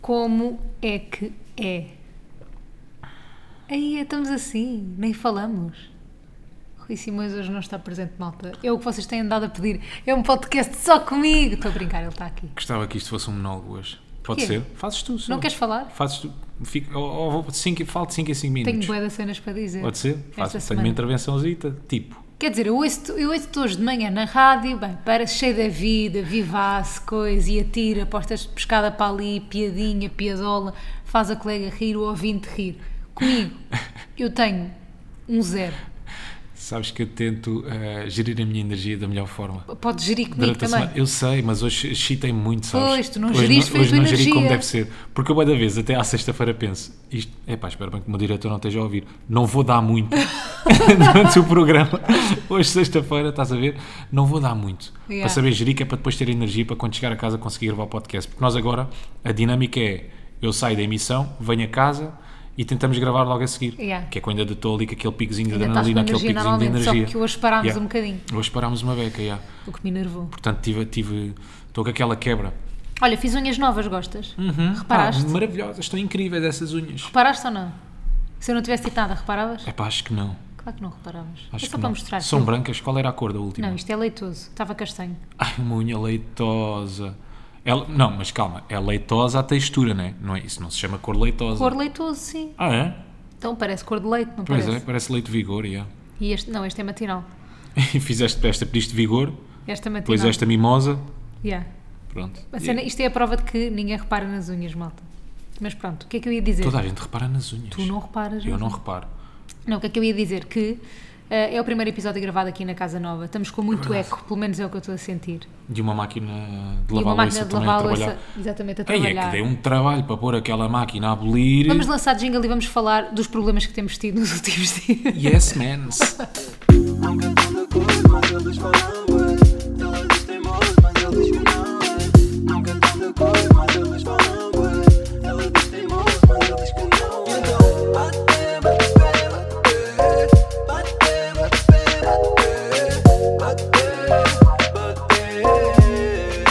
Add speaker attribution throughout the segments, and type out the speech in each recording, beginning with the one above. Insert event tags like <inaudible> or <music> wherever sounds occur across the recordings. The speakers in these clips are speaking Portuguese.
Speaker 1: Como é que é? Aí estamos assim, nem falamos. Rui Simões hoje não está presente, malta. É o que vocês têm andado a pedir. É um podcast só comigo. Estou a brincar, ele está aqui.
Speaker 2: Gostava que isto fosse um monólogo hoje. Pode
Speaker 1: Porquê?
Speaker 2: ser? Fazes tu, só.
Speaker 1: Não queres falar?
Speaker 2: Fazes tu. Fica, ou, ou, cinco, falo de 5 em 5
Speaker 1: Tenho
Speaker 2: minutos.
Speaker 1: bué de cenas para dizer.
Speaker 2: Pode ser?
Speaker 1: Esta
Speaker 2: Faço, tenho
Speaker 1: semana.
Speaker 2: uma intervençãozita, tipo.
Speaker 1: Quer dizer, eu ouço-te eu ouço hoje de manhã na rádio, bem, parece cheio da vida, vivace, coisa, e atira, postas de pescada para ali, piadinha, piadola, faz a colega rir, o ouvinte rir. Comigo,
Speaker 2: <laughs>
Speaker 1: eu tenho um zero.
Speaker 2: Sabes que eu tento eh, gerir a minha energia da melhor forma.
Speaker 1: Podes gerir comigo
Speaker 2: Durante a
Speaker 1: também.
Speaker 2: semana- Eu sei, mas hoje chitei muito, sabes?
Speaker 1: Pois, tu não
Speaker 2: hoje
Speaker 1: geriste, foi a
Speaker 2: hoje
Speaker 1: tua
Speaker 2: não geri como
Speaker 1: energia.
Speaker 2: deve ser. Porque eu, bué da vez, até à sexta-feira penso, isto, epá, espero bem que o meu diretor não esteja a ouvir, não vou
Speaker 1: <laughs>
Speaker 2: dar muito durante o programa. Hoje, sexta-feira, estás a ver? Não vou dar muito.
Speaker 1: Yeah.
Speaker 2: Para saber gerir, que é para depois ter energia para quando chegar a casa conseguir gravar o podcast. Porque nós agora, a dinâmica é, eu saio da emissão, venho a casa e tentamos gravar logo a seguir.
Speaker 1: Yeah.
Speaker 2: Que é quando ainda estou ali com aquele picozinho de
Speaker 1: Ainda estás com
Speaker 2: adrenalina, aquele
Speaker 1: energia
Speaker 2: picozinho de
Speaker 1: normalmente, só
Speaker 2: energia.
Speaker 1: que hoje parámos
Speaker 2: Yeah.
Speaker 1: um bocadinho,
Speaker 2: Hoje parámos uma beca, yeah.
Speaker 1: o que me enervou.
Speaker 2: Portanto, tive, tive, estou com aquela quebra.
Speaker 1: Olha, fiz unhas novas, gostas? Uhum.
Speaker 2: Uhum.
Speaker 1: Reparaste?
Speaker 2: Pá, Ah, maravilhosas, estão incríveis essas unhas.
Speaker 1: Reparaste ou não? Se eu não tivesse dito nada, reparavas?
Speaker 2: É pá, acho que não.
Speaker 1: Claro que não reparavas.
Speaker 2: Acho
Speaker 1: é só
Speaker 2: que
Speaker 1: para
Speaker 2: não. um
Speaker 1: mostrar.
Speaker 2: São brancas, qual era a cor da última?
Speaker 1: Não, isto é leitoso. Estava castanho.
Speaker 2: Ai, uma unha leitosa. Ela, não, mas calma, é leitosa a textura, né? não é? Isso não se chama cor leitosa.
Speaker 1: Cor leitoso, sim.
Speaker 2: Ah, é?
Speaker 1: Então parece cor de leite, não
Speaker 2: Pois
Speaker 1: parece?
Speaker 2: é, parece leite vigor, yeah. <laughs>
Speaker 1: E este, não, este é matinal.
Speaker 2: E fizeste esta, pediste vigor,
Speaker 1: Esta é matinal.
Speaker 2: depois esta mimosa,
Speaker 1: Yeah.
Speaker 2: pronto.
Speaker 1: A cena-
Speaker 2: E
Speaker 1: isto é a prova de que ninguém repara nas unhas, malta. Mas pronto, o que é que eu ia dizer?
Speaker 2: toda a gente repara nas unhas.
Speaker 1: Tu não reparas.
Speaker 2: Eu
Speaker 1: mas-
Speaker 2: não reparo.
Speaker 1: Não, o que é que eu ia dizer? Que eh, é o primeiro episódio gravado aqui na Casa Nova. Estamos com muito eco, pelo menos é o que eu estou a sentir.
Speaker 2: De uma máquina
Speaker 1: e
Speaker 2: de
Speaker 1: uma
Speaker 2: lavar
Speaker 1: máquina
Speaker 2: louça
Speaker 1: de
Speaker 2: também a
Speaker 1: lavar a
Speaker 2: trabalhar.
Speaker 1: louça, exatamente, a
Speaker 2: Ei,
Speaker 1: trabalhar.
Speaker 2: é que deu um trabalho para pôr aquela máquina a abolir.
Speaker 1: Vamos lançar jingle e vamos falar dos problemas que temos tido nos <laughs> últimos dias.
Speaker 2: Yes, man. <laughs>
Speaker 3: Nunca tanta coisa, mas eles falam bué. Elas dizem moço, mas eles que não é. Nunca tanta coisa, mas eles falam bué. Elas dizem moço, mas eles que não é. Então, bate, bate, bate, bate. Bate, bate, bate, bate. Bate, yeah.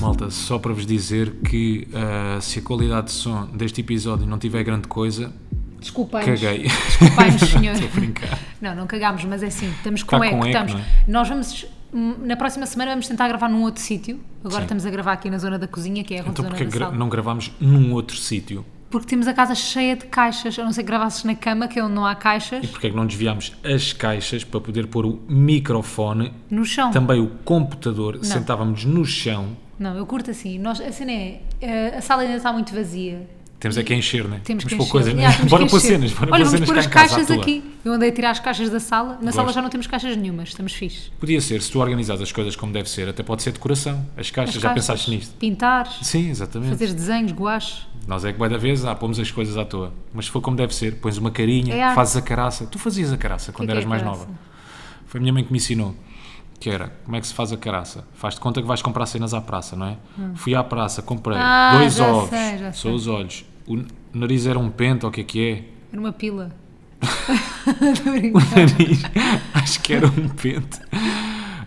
Speaker 2: Malta, só para vos dizer que ah, se a qualidade de som deste episódio não tiver grande coisa,
Speaker 1: Desculpem-nos.
Speaker 2: caguei. <laughs>
Speaker 1: Desculpem-nos, senhor.
Speaker 2: Estou a brincar.
Speaker 1: Não, não cagámos, mas é assim, estamos com
Speaker 2: Tá
Speaker 1: eco.
Speaker 2: com eco,
Speaker 1: estamos.
Speaker 2: não é?
Speaker 1: Nós vamos, hum, na próxima semana, vamos tentar gravar num outro sítio. Agora
Speaker 2: Sim.
Speaker 1: estamos a gravar aqui na zona da cozinha, que é a
Speaker 2: Então
Speaker 1: zona
Speaker 2: porque
Speaker 1: da
Speaker 2: gra-
Speaker 1: sala.
Speaker 2: não gravámos num outro sítio?
Speaker 1: Porque temos a casa cheia de caixas, a não ser que gravasses na cama, que é onde não há
Speaker 2: E
Speaker 1: caixas,
Speaker 2: porque é que não desviámos as caixas para poder pôr o microfone,
Speaker 1: no chão.
Speaker 2: também o computador, sentávamos no chão.
Speaker 1: Não, eu curto assim. Nós, a cena é, eh, a sala ainda está muito vazia.
Speaker 2: Temos é que encher, né?
Speaker 1: Temos que
Speaker 2: pôr
Speaker 1: encher.
Speaker 2: coisas, né?
Speaker 1: Yeah, temos
Speaker 2: Bora
Speaker 1: que
Speaker 2: pôr
Speaker 1: encher.
Speaker 2: cenas, bora
Speaker 1: Olha,
Speaker 2: pôr
Speaker 1: vamos
Speaker 2: cenas
Speaker 1: pôr
Speaker 2: cá
Speaker 1: as
Speaker 2: em casa, à
Speaker 1: caixas
Speaker 2: toa.
Speaker 1: aqui. Eu andei a tirar as caixas da sala. Na sala
Speaker 2: Gosto.
Speaker 1: já não temos caixas nenhumas, estamos fixe.
Speaker 2: Podia ser, se tu organizas as coisas como deve ser, até pode ser decoração. As
Speaker 1: As
Speaker 2: caixas, já
Speaker 1: caixas,
Speaker 2: pensaste nisto?
Speaker 1: Pintar,
Speaker 2: Sim, exatamente.
Speaker 1: fazer desenhos, guache.
Speaker 2: Nós é que, bué da vez, ah, pomos as coisas à toa. Mas foi como deve ser. Pões uma carinha,
Speaker 1: É arte.
Speaker 2: fazes a caraça. Tu fazias a caraça quando
Speaker 1: que é
Speaker 2: eras
Speaker 1: a
Speaker 2: mais
Speaker 1: caraça?
Speaker 2: nova. Foi a minha mãe que me ensinou. Que era, como é que se faz a caraça? Faz de conta que vais comprar cenas à praça, não é? Fui à praça, comprei
Speaker 1: Hum. Ah,
Speaker 2: dois
Speaker 1: já
Speaker 2: ovos,
Speaker 1: sei, já sei.
Speaker 2: só os olhos. O n- nariz era um pente, ou o que é que é?
Speaker 1: Era uma pila.
Speaker 2: <laughs>
Speaker 1: Estou a brincar.
Speaker 2: Nariz, <laughs> acho que era um pente.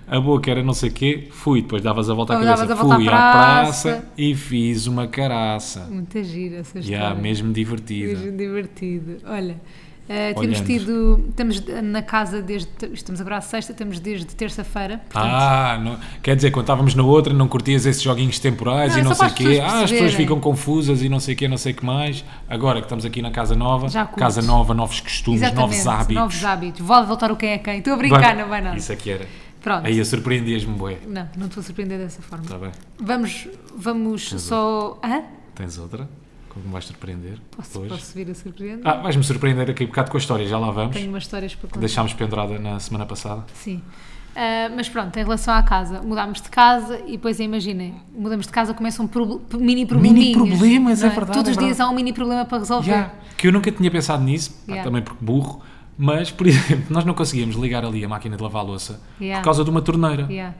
Speaker 2: A boca era não sei o quê. Fui, depois davas a volta à
Speaker 1: Depois davas a
Speaker 2: cabeça.
Speaker 1: volta
Speaker 2: Fui
Speaker 1: à praça.
Speaker 2: praça e fiz uma caraça.
Speaker 1: Muita gira essa
Speaker 2: Já,
Speaker 1: história.
Speaker 2: mesmo divertida.
Speaker 1: Mesmo divertido. Olha, eh, temos
Speaker 2: Olhando.
Speaker 1: tido. Estamos na casa desde. Estamos agora à sexta, estamos desde terça-feira. portanto,
Speaker 2: Ah, não- quer dizer, quando estávamos na outra não curtias esses joguinhos temporais
Speaker 1: Não, é
Speaker 2: e não
Speaker 1: só para
Speaker 2: sei o
Speaker 1: as
Speaker 2: quê.
Speaker 1: pessoas
Speaker 2: Ah, as pessoas
Speaker 1: perceberem.
Speaker 2: ficam confusas e não sei o quê, não sei o que mais. Agora que estamos aqui na Casa Nova,
Speaker 1: Já curto.
Speaker 2: Casa Nova, novos costumes,
Speaker 1: Exatamente,
Speaker 2: novos hábitos.
Speaker 1: Vale voltar o quem é quem. Estou a brincar,
Speaker 2: Vai-
Speaker 1: não vai nada.
Speaker 2: Isso é Tá. que era.
Speaker 1: Pronto.
Speaker 2: Aí a surpreendias-me, bué.
Speaker 1: Não, não te vou surpreender dessa forma.
Speaker 2: Está bem.
Speaker 1: Vamos, vamos só. Hã?
Speaker 2: Tens outra? Como me vais surpreender?
Speaker 1: Posso,
Speaker 2: Pois.
Speaker 1: posso vir a surpreender?
Speaker 2: Ah, vais-me surpreender aqui um bocado com a história, já lá vamos.
Speaker 1: Tenho umas histórias para contar.
Speaker 2: Deixámos pendurada na semana passada.
Speaker 1: Sim. Ah, mas pronto, em relação à casa, mudámos de casa e depois imaginem, mudamos de casa, começam proble- mini probleminhas.
Speaker 2: problemas,
Speaker 1: não
Speaker 2: é verdade,
Speaker 1: Todos
Speaker 2: é
Speaker 1: os dias
Speaker 2: verdade.
Speaker 1: há um mini problema para resolver.
Speaker 2: Yeah, Que eu nunca tinha pensado nisso, pá,
Speaker 1: Yeah.
Speaker 2: também porque burro, mas, por <laughs> exemplo, nós não conseguíamos ligar ali a máquina de lavar a louça
Speaker 1: Yeah.
Speaker 2: por causa de uma torneira.
Speaker 1: Yeah.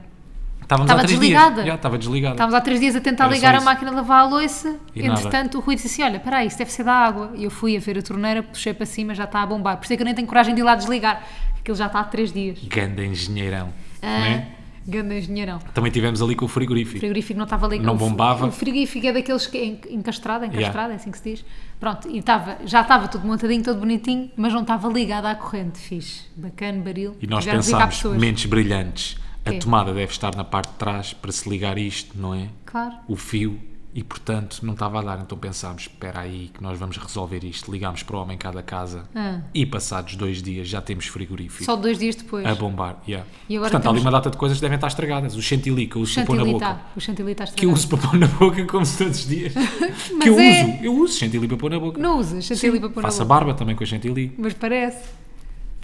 Speaker 2: Estávamos
Speaker 1: Estava
Speaker 2: há três
Speaker 1: desligada.
Speaker 2: dias. Já, estava desligada.
Speaker 1: Estávamos há três dias a tentar
Speaker 2: Era só
Speaker 1: ligar a
Speaker 2: isso.
Speaker 1: máquina de lavar a louça.
Speaker 2: E nada.
Speaker 1: Entretanto, o Rui disse assim: Olha, espera aí, isso deve ser da água. E eu fui a ver a torneira, puxei para cima, já está a bombar. Por isso é que eu nem tenho coragem de ir lá desligar, aquilo já está há três dias.
Speaker 2: Ganda engenheirão.
Speaker 1: Ah,
Speaker 2: né?
Speaker 1: Ganda engenheirão.
Speaker 2: Também tivemos ali com o
Speaker 1: O
Speaker 2: frigorífico.
Speaker 1: frigorífico não estava ali.
Speaker 2: Não
Speaker 1: o fri-
Speaker 2: bombava.
Speaker 1: O frigorífico é daqueles que é en- encastrado, encastrado, é assim que se diz. Pronto, e estava, já estava tudo montadinho, tudo bonitinho, mas não estava ligado à corrente. Fixe. Bacana, baril.
Speaker 2: E nós
Speaker 1: Tiveram que ligar
Speaker 2: pensámos, mentes brilhantes, a
Speaker 1: Quê?
Speaker 2: tomada deve estar na parte de trás para se ligar isto, não é?
Speaker 1: Claro.
Speaker 2: O fio. E portanto não estava a dar, então pensámos: espera aí, que nós vamos resolver isto. Ligámos para o homem cá da casa
Speaker 1: Ah.
Speaker 2: e passados dois dias já temos frigorífico
Speaker 1: Só dois dias depois.
Speaker 2: a bombar. yeah.
Speaker 1: E agora
Speaker 2: portanto, há ali
Speaker 1: temos-
Speaker 2: uma data de coisas que devem estar estragadas. O chantilly, que eu uso para pôr na
Speaker 1: chantilly tá.
Speaker 2: boca.
Speaker 1: está. O chantilly está
Speaker 2: Que eu
Speaker 1: estragado.
Speaker 2: uso para pôr na boca como se todos os dias. que
Speaker 1: <laughs> Mas
Speaker 2: eu
Speaker 1: é-
Speaker 2: uso, eu uso chantilly para pôr na boca.
Speaker 1: Não usas chantilly para pôr na
Speaker 2: Faço
Speaker 1: boca.
Speaker 2: a barba também com a chantilly.
Speaker 1: Mas parece.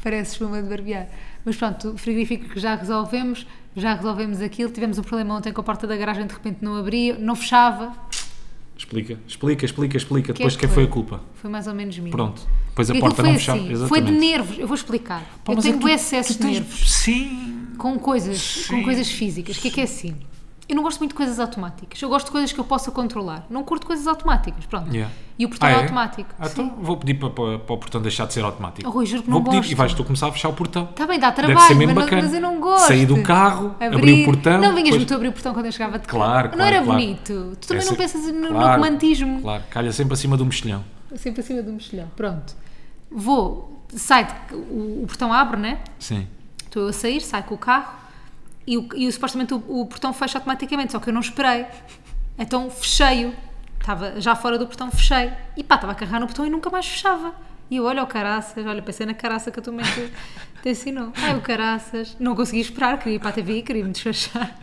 Speaker 1: Parece espuma de barbear. Mas pronto, o frigorífico que já resolvemos, já resolvemos aquilo. Tivemos um problema ontem com a porta da garagem, de repente não abria, não fechava.
Speaker 2: Explica, explica, explica, explica.
Speaker 1: Que é
Speaker 2: Depois
Speaker 1: que
Speaker 2: quem foi a
Speaker 1: foi?
Speaker 2: culpa?
Speaker 1: Foi mais ou menos minha.
Speaker 2: Pronto. Depois a
Speaker 1: Porque
Speaker 2: porta
Speaker 1: aquilo
Speaker 2: não
Speaker 1: foi
Speaker 2: fechava.
Speaker 1: assim, Foi
Speaker 2: Exatamente.
Speaker 1: de nervos, eu vou explicar.
Speaker 2: Pá,
Speaker 1: eu
Speaker 2: mas é
Speaker 1: tenho
Speaker 2: que tu-
Speaker 1: excesso
Speaker 2: tu
Speaker 1: de
Speaker 2: tens-
Speaker 1: nervos
Speaker 2: Sim.
Speaker 1: com coisas,
Speaker 2: Sim.
Speaker 1: com coisas físicas. O que é que é assim? Eu não gosto muito de coisas automáticas. Eu gosto de coisas que eu possa controlar. Não curto coisas automáticas. Pronto.
Speaker 2: Yeah.
Speaker 1: E o portão
Speaker 2: Ah,
Speaker 1: é
Speaker 2: é?
Speaker 1: automático.
Speaker 2: Ah,
Speaker 1: Sim.
Speaker 2: então vou pedir para, para, para o portão deixar de ser automático.
Speaker 1: Oh, Rui, juro que
Speaker 2: vou
Speaker 1: não
Speaker 2: pedir
Speaker 1: gosto.
Speaker 2: e vais tu começar a fechar o portão.
Speaker 1: Está Tá bem, dá trabalho,
Speaker 2: Deve ser mesmo
Speaker 1: mas, não-
Speaker 2: bacana.
Speaker 1: mas eu não gosto.
Speaker 2: Saí do carro, abri o portão,
Speaker 1: Não vinhas
Speaker 2: depois-
Speaker 1: muito a abrir o portão quando eu chegava de carro.
Speaker 2: Claro,
Speaker 1: Não
Speaker 2: claro,
Speaker 1: era
Speaker 2: claro.
Speaker 1: bonito. Tu também
Speaker 2: É
Speaker 1: não
Speaker 2: ser-
Speaker 1: pensas no, no
Speaker 2: Claro,
Speaker 1: romantismo.
Speaker 2: Claro, calha sempre acima do mexilhão.
Speaker 1: Sempre acima do mexilhão. Pronto. Vou, sai, de- o, o portão abre, né?
Speaker 2: Sim.
Speaker 1: Estou eu a sair, saio com o carro e, o, e o- supostamente o, o portão fecha automaticamente, só que eu não esperei. Então fechei-o. Estava já fora do portão, fechei. E pá, estava a carregar no portão e nunca mais fechava. E eu olho o caraças, olha, pensei na caraça que a tua mãe te, te ensinou. Ai, o caraças. Não consegui esperar, queria ir para a TV, queria me despachar.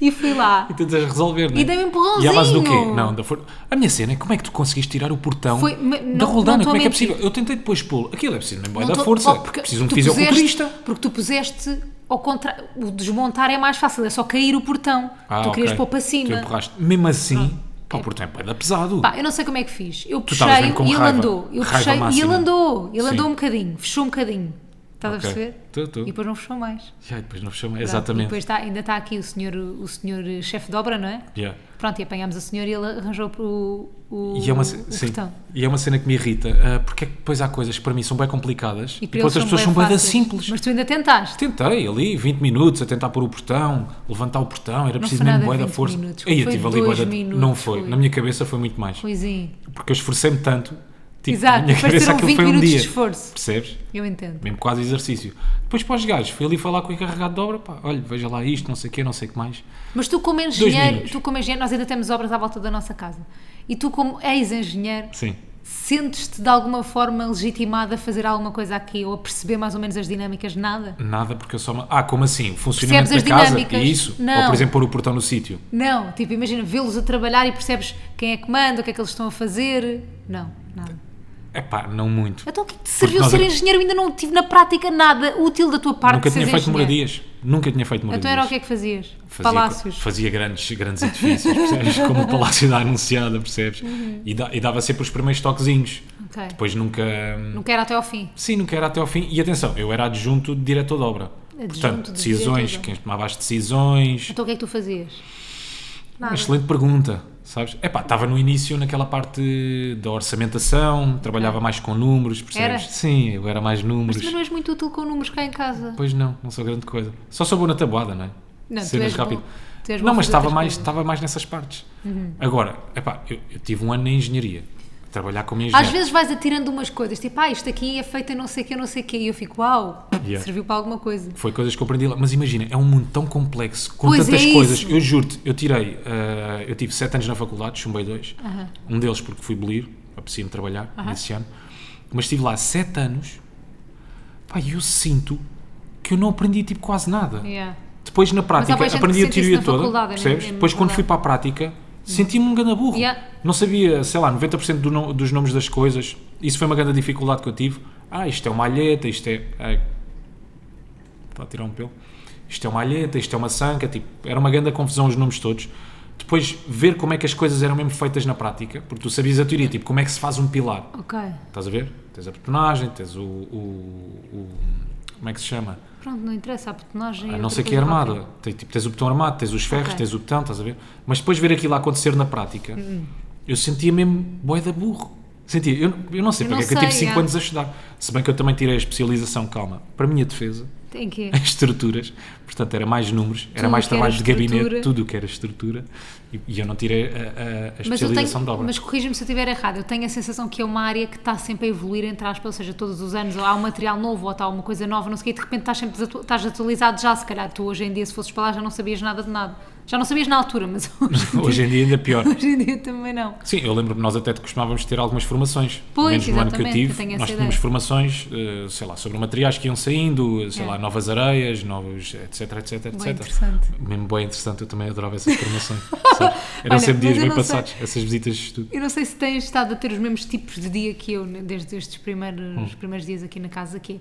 Speaker 1: E fui lá.
Speaker 2: E tentas resolver, não é?
Speaker 1: E dei-me um empurrãozinho.
Speaker 2: E elas do quê? Não, da for... A minha cena é como é que tu conseguiste tirar o portão
Speaker 1: Foi- me-
Speaker 2: da
Speaker 1: não- não
Speaker 2: roldana?
Speaker 1: estou
Speaker 2: Como é
Speaker 1: a
Speaker 2: que é
Speaker 1: mentir.
Speaker 2: possível? Eu tentei depois pô-lo. Aquilo é preciso, não é boia
Speaker 1: Não
Speaker 2: da
Speaker 1: tô-
Speaker 2: força.
Speaker 1: oh, porque
Speaker 2: preciso de um
Speaker 1: tu puseste-
Speaker 2: fisioculturista.
Speaker 1: Porque tu puseste ao contrário. O desmontar é mais fácil, é só cair o portão.
Speaker 2: Ah,
Speaker 1: tu querias
Speaker 2: ok.
Speaker 1: pôr para cima. Ah.
Speaker 2: Tu empurraste. Mesmo assim, pá, o portão é bué da pesado.
Speaker 1: Pá, eu não sei como é que fiz. Eu
Speaker 2: estavas
Speaker 1: puxei
Speaker 2: mesmo com
Speaker 1: e ele
Speaker 2: raiva.
Speaker 1: andou. Eu
Speaker 2: Raiva
Speaker 1: puxei e ele
Speaker 2: máxima.
Speaker 1: andou. Ele
Speaker 2: Sim.
Speaker 1: andou um bocadinho, fechou um bocadinho. Estás
Speaker 2: Ok.
Speaker 1: a perceber?
Speaker 2: Tô, tô.
Speaker 1: E depois não fechou mais. Pronto,
Speaker 2: E aí, depois não fechou.
Speaker 1: E
Speaker 2: Exatamente.
Speaker 1: depois está- ainda está aqui o senhor, o senhor eh, chefe de obra, não é?
Speaker 2: Yeah.
Speaker 1: Pronto, e apanhámos a senhora e ele arranjou o, o,
Speaker 2: E é, uma,
Speaker 1: o
Speaker 2: ce- sim.
Speaker 1: portão.
Speaker 2: e é uma cena que me irrita, ah, porque é que depois há coisas que para mim são bem complicadas e,
Speaker 1: para
Speaker 2: para outras
Speaker 1: eles
Speaker 2: pessoas são bem da
Speaker 1: fáceis.
Speaker 2: simples.
Speaker 1: Mas tu ainda tentaste.
Speaker 2: Tentei ali 20 minutos a tentar pôr o portão, levantar o portão, era preciso
Speaker 1: foi
Speaker 2: mesmo
Speaker 1: nada
Speaker 2: bué da
Speaker 1: 20
Speaker 2: força.
Speaker 1: minutos,
Speaker 2: Aí eu
Speaker 1: foi
Speaker 2: tive ali
Speaker 1: dois
Speaker 2: bué da-
Speaker 1: minutos,
Speaker 2: Não foi,
Speaker 1: Rui.
Speaker 2: na minha cabeça foi muito mais.
Speaker 1: Coisinho.
Speaker 2: Porque eu esforcei-me tanto, tipo,
Speaker 1: Exato,
Speaker 2: na minha
Speaker 1: pareceram
Speaker 2: cabeça aquilo
Speaker 1: 20
Speaker 2: foi um
Speaker 1: minutos de
Speaker 2: dia.
Speaker 1: esforço.
Speaker 2: Percebes?
Speaker 1: Eu entendo.
Speaker 2: Mesmo quase exercício. Depois para os gajos, fui ali falar com o encarregado de obra, pá, olha, veja lá isto, não sei o quê, não sei o que mais.
Speaker 1: Mas tu como engenheiro,
Speaker 2: minutos.
Speaker 1: tu como engenheiro, nós ainda temos obras à volta da nossa casa. E tu como ex-engenheiro,
Speaker 2: Sim.
Speaker 1: Sentes-te de alguma forma legitimada a fazer alguma coisa aqui ou a perceber mais ou menos as dinâmicas? Nada?
Speaker 2: Nada, porque eu só... me- Ah, como assim? O funcionamento
Speaker 1: Percebes
Speaker 2: da
Speaker 1: as
Speaker 2: casa?
Speaker 1: dinâmicas?
Speaker 2: E isso?
Speaker 1: Não.
Speaker 2: Ou, por exemplo, pôr o portão no sítio?
Speaker 1: Não, tipo, imagina vê-los a trabalhar e percebes quem é que manda, o que é que eles estão a fazer. Não, nada.
Speaker 2: É pá, não muito.
Speaker 1: Então o que é que te serviu
Speaker 2: nós
Speaker 1: ser
Speaker 2: ac-
Speaker 1: engenheiro? Ainda não tive na prática nada útil da tua parte
Speaker 2: Nunca
Speaker 1: de seres
Speaker 2: tinha feito
Speaker 1: engenheiro.
Speaker 2: moradias. Nunca tinha feito moradias.
Speaker 1: Então era o que é que fazias?
Speaker 2: Fazia,
Speaker 1: Palácios.
Speaker 2: fazia grandes, grandes edifícios,
Speaker 1: <laughs>
Speaker 2: percebes? Como o Palácio da Anunciada, percebes?
Speaker 1: Uhum.
Speaker 2: E, da- e dava sempre os primeiros toquezinhos.
Speaker 1: Ok.
Speaker 2: Depois nunca. hum,
Speaker 1: Não quero até ao fim.
Speaker 2: Sim, nunca era até ao fim. E atenção, eu era adjunto de diretor de obra.
Speaker 1: Adjunto de
Speaker 2: Portanto, decisões,
Speaker 1: diretor de
Speaker 2: quem tomava as decisões.
Speaker 1: Então o que é que tu fazias? Nada.
Speaker 2: Excelente pergunta, sabes? Epá, estava no início naquela parte da orçamentação, trabalhava mais com números, percebes?
Speaker 1: Ah. Era?
Speaker 2: Sim, eu era mais
Speaker 1: Mas
Speaker 2: números.
Speaker 1: também não és muito útil com números cá em casa.
Speaker 2: Pois não, não sou grande coisa. Só sou bom na tabuada, não é?
Speaker 1: Não, tu
Speaker 2: Cenas
Speaker 1: és bom-
Speaker 2: rápido.
Speaker 1: tu és bom a
Speaker 2: não, mas
Speaker 1: fazer
Speaker 2: estava
Speaker 1: outras
Speaker 2: mais,
Speaker 1: coisas. Uhum.
Speaker 2: estava mais nessas partes. Agora, epá, eu, eu tive um ano na engenharia, a trabalhar como engenheiro.
Speaker 1: Às vezes vais atirando umas coisas, tipo, ah, isto aqui é feito em não sei o que, não sei o que, e eu fico, uau,
Speaker 2: Yeah.
Speaker 1: serviu para alguma coisa.
Speaker 2: Foi coisas que eu aprendi lá. Mas imagina, é um mundo tão complexo, com
Speaker 1: Pois
Speaker 2: tantas
Speaker 1: é
Speaker 2: coisas.
Speaker 1: isso.
Speaker 2: Eu juro-te, eu tirei, ah, eu tive sete anos na faculdade, chumbei dois. Um deles porque fui bolir, apetecia-me trabalhar nesse ano. Mas estive lá sete anos, pá, e eu sinto que eu não aprendi tipo quase nada.
Speaker 1: Yeah.
Speaker 2: Depois na prática
Speaker 1: boa gente
Speaker 2: aprendi
Speaker 1: que
Speaker 2: a
Speaker 1: sente
Speaker 2: teoria
Speaker 1: isso na
Speaker 2: toda,
Speaker 1: faculdade, é
Speaker 2: percebes?
Speaker 1: mesmo, é
Speaker 2: Depois
Speaker 1: mesmo
Speaker 2: quando
Speaker 1: verdade.
Speaker 2: fui para a prática senti-me um ganda burro.
Speaker 1: Yeah.
Speaker 2: Não sabia, sei lá, 90% do no- dos nomes das coisas. Isso foi uma grande dificuldade que eu tive. Ah, isto é uma alheta, isto é... Ai, está a tirar um pelo. Isto é uma alheta, isto é uma sanca, tipo, era uma grande confusão os nomes todos. Depois ver como é que as coisas eram mesmo feitas na prática, porque tu sabias a teoria, tipo, como é que se faz um pilar.
Speaker 1: Ok.
Speaker 2: Estás a ver? Tens a personagem, tens o- o- o como é que se chama?
Speaker 1: Pronto, não interessa, a petonagem.
Speaker 2: A não ser que é armada. Tem, tipo, tens o botão armado, tens os ferros,
Speaker 1: Ok.
Speaker 2: tens o
Speaker 1: Hum,
Speaker 2: botão, estás a ver? Mas depois ver aquilo a acontecer na prática, eu sentia mesmo boé da burro. Senti, eu, eu não sei
Speaker 1: Eu
Speaker 2: porque
Speaker 1: não
Speaker 2: é que eu tive
Speaker 1: sei,
Speaker 2: 5
Speaker 1: é.
Speaker 2: anos a estudar. Se bem que eu também tirei a especialização, calma, para a minha defesa, <laughs>
Speaker 1: Tem que
Speaker 2: em estruturas, portanto era mais números, era
Speaker 1: Tudo
Speaker 2: mais
Speaker 1: que era
Speaker 2: trabalhos de gabinete,
Speaker 1: estrutura.
Speaker 2: tudo o que era estrutura, e, e eu não tirei a, a- a
Speaker 1: Mas, eu
Speaker 2: especialização
Speaker 1: tenho,
Speaker 2: de obra.
Speaker 1: mas corrija-me se eu estiver errado, eu tenho a sensação que é uma área que está sempre a evoluir, entre aspas, ou seja, todos os anos ou há um material novo ou está uma coisa nova, não sei o quê, e de repente estás sempre desatu- estás atualizado já, se calhar tu hoje em dia, se fosses para lá, já não sabias nada de nada. Já não sabias na altura, mas <laughs> hoje,
Speaker 2: <laughs> Hoje em dia ainda pior.
Speaker 1: hoje em dia também não.
Speaker 2: Sim, eu lembro-me, nós até costumávamos ter algumas formações.
Speaker 1: Pois,
Speaker 2: Menos no ano que eu
Speaker 1: exatamente, eu
Speaker 2: tive,
Speaker 1: tenho essa
Speaker 2: nós
Speaker 1: ideia.
Speaker 2: tínhamos formações, eh, sei lá, sobre materiais que iam saindo, sei
Speaker 1: É.
Speaker 2: lá, novas areias, novos, etc, etc, etc.
Speaker 1: interessante.
Speaker 2: Mesmo bem interessante, eu também adorava essas
Speaker 1: <laughs>
Speaker 2: formações. Sério. Eram
Speaker 1: Olha,
Speaker 2: sempre
Speaker 1: mas
Speaker 2: dias
Speaker 1: eu
Speaker 2: bem
Speaker 1: não sei.
Speaker 2: passados, essas visitas de estudo.
Speaker 1: Eu não sei se tens estado a ter os mesmos tipos de dia que eu, né, desde estes
Speaker 2: Hum.
Speaker 1: primeiros, primeiros dias aqui na casa, que é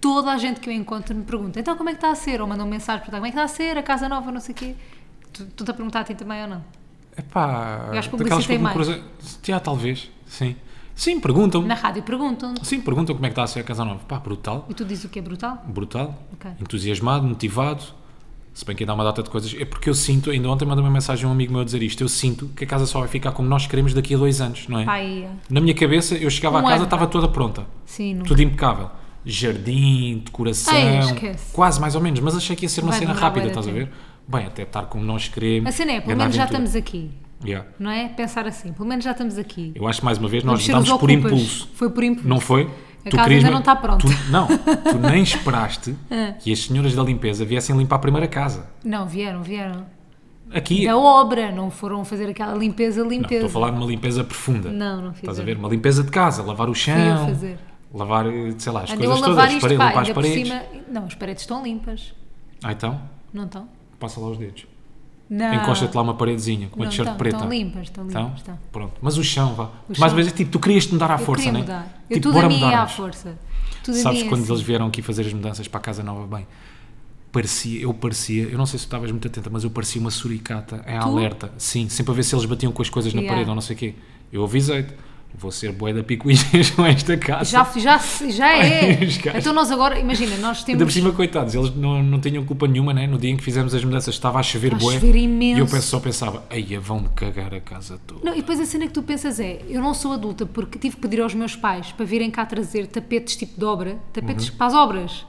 Speaker 1: toda a gente que eu encontro me pergunta, então como é que está a ser? Ou mandam mensagem para como é que está a ser, a casa nova, não sei o quê. Tu tu estás a perguntar a ti também ou não?
Speaker 2: Hum. Epá,
Speaker 1: Eu acho que
Speaker 2: daquelas
Speaker 1: publicitem
Speaker 2: que me cruzam- Já, talvez, sim. Sim, perguntam-me.
Speaker 1: Na rádio perguntam-te.
Speaker 2: Sim, perguntam como é que está a ser a Casa Nova. Pá, brutal,
Speaker 1: E tu dizes o que é brutal?
Speaker 2: Hum. brutal,
Speaker 1: Ok.
Speaker 2: entusiasmado, motivado. Se bem que ainda há uma data de coisas. É porque eu sinto, ainda ontem mandei uma mensagem a um amigo meu a dizer isto. Eu sinto que a casa só vai ficar como nós queremos daqui a dois anos, não é?
Speaker 1: Pai, é.
Speaker 2: Na minha cabeça, eu chegava
Speaker 1: Um
Speaker 2: à casa,
Speaker 1: ano,
Speaker 2: estava
Speaker 1: pá.
Speaker 2: toda pronta.
Speaker 1: sim, não.
Speaker 2: Tudo impecável. Jardim, decoração.
Speaker 1: Ai, esquece.
Speaker 2: quase mais ou menos, mas achei que ia ser uma
Speaker 1: Vai
Speaker 2: cena
Speaker 1: demorar
Speaker 2: rápida,
Speaker 1: bué de
Speaker 2: estás a ver?
Speaker 1: tempo.
Speaker 2: Bem, até estar como nós queremos.
Speaker 1: A cena é, pelo
Speaker 2: grande
Speaker 1: menos já
Speaker 2: aventura.
Speaker 1: estamos aqui,
Speaker 2: Yeah.
Speaker 1: não é? Pensar assim, pelo menos já estamos aqui.
Speaker 2: Eu acho que mais uma vez
Speaker 1: Vamos
Speaker 2: nós
Speaker 1: ser os
Speaker 2: votámos por
Speaker 1: ocupas.
Speaker 2: impulso.
Speaker 1: Foi por impulso.
Speaker 2: Não foi?
Speaker 1: A casa ainda não está pronta. É.
Speaker 2: Tu, não, tu nem esperaste
Speaker 1: <laughs>
Speaker 2: que as senhoras da limpeza viessem limpar a primeira casa.
Speaker 1: Não, vieram, vieram.
Speaker 2: Aqui.
Speaker 1: Da obra, não foram fazer aquela limpeza,
Speaker 2: Não, estou
Speaker 1: é limpeza.
Speaker 2: a falar de uma limpeza profunda.
Speaker 1: Não, não
Speaker 2: Estás a
Speaker 1: fizeram.
Speaker 2: ver? Uma limpeza de casa, lavar o chão.
Speaker 1: fazer.
Speaker 2: Lavar, eh, sei lá, as
Speaker 1: Andou a
Speaker 2: coisas
Speaker 1: lavar
Speaker 2: todas,
Speaker 1: isto,
Speaker 2: parede-
Speaker 1: pá,
Speaker 2: limpar as
Speaker 1: ainda por
Speaker 2: paredes.
Speaker 1: cima. Não, as paredes estão limpas.
Speaker 2: Ah, então,
Speaker 1: Não estão?
Speaker 2: passa lá os dedos.
Speaker 1: Não.
Speaker 2: Encosta-te lá uma paredezinha com uma
Speaker 1: Ah. Não,
Speaker 2: t-shirt
Speaker 1: estão,
Speaker 2: preta.
Speaker 1: estão limpas, estão
Speaker 2: Então,
Speaker 1: limpas. estão.
Speaker 2: pronto. Mas o chão, vá. Mais
Speaker 1: chão.
Speaker 2: uma vez, tipo, tu querias-te mudar à
Speaker 1: Eu
Speaker 2: força,
Speaker 1: queria
Speaker 2: não é?
Speaker 1: mudar. Eu
Speaker 2: Tipo,
Speaker 1: tudo a mim é à
Speaker 2: mudarmos.
Speaker 1: força. Tudo a
Speaker 2: Sabes
Speaker 1: mim é
Speaker 2: quando
Speaker 1: assim.
Speaker 2: eles vieram aqui fazer as mudanças para a casa nova, bem, parecia, eu parecia, eu não sei se tu estavas muito atenta, mas eu parecia uma suricata em alerta, sim, sempre a ver se eles batiam com as coisas na
Speaker 1: Yeah.
Speaker 2: parede ou não sei o quê. Eu avisei-te, vou ser bué da picuinhas <laughs> com esta casa.
Speaker 1: Já, já, já
Speaker 2: <laughs>
Speaker 1: é.
Speaker 2: Os gajos.
Speaker 1: então nós agora, imagina, nós
Speaker 2: Ainda por
Speaker 1: temos.
Speaker 2: cima, coitados, eles não, não tinham culpa nenhuma, né? No dia em que fizemos as mudanças estava a chover
Speaker 1: Estava a
Speaker 2: bué.
Speaker 1: chover
Speaker 2: E eu
Speaker 1: imenso.
Speaker 2: penso, só pensava, eia, vão-me cagar a casa toda.
Speaker 1: Não, e depois a cena que tu pensas é, eu não sou adulta porque tive que pedir aos meus pais para virem cá trazer tapetes tipo de obra, tapetes
Speaker 2: Uhum.
Speaker 1: para as obras.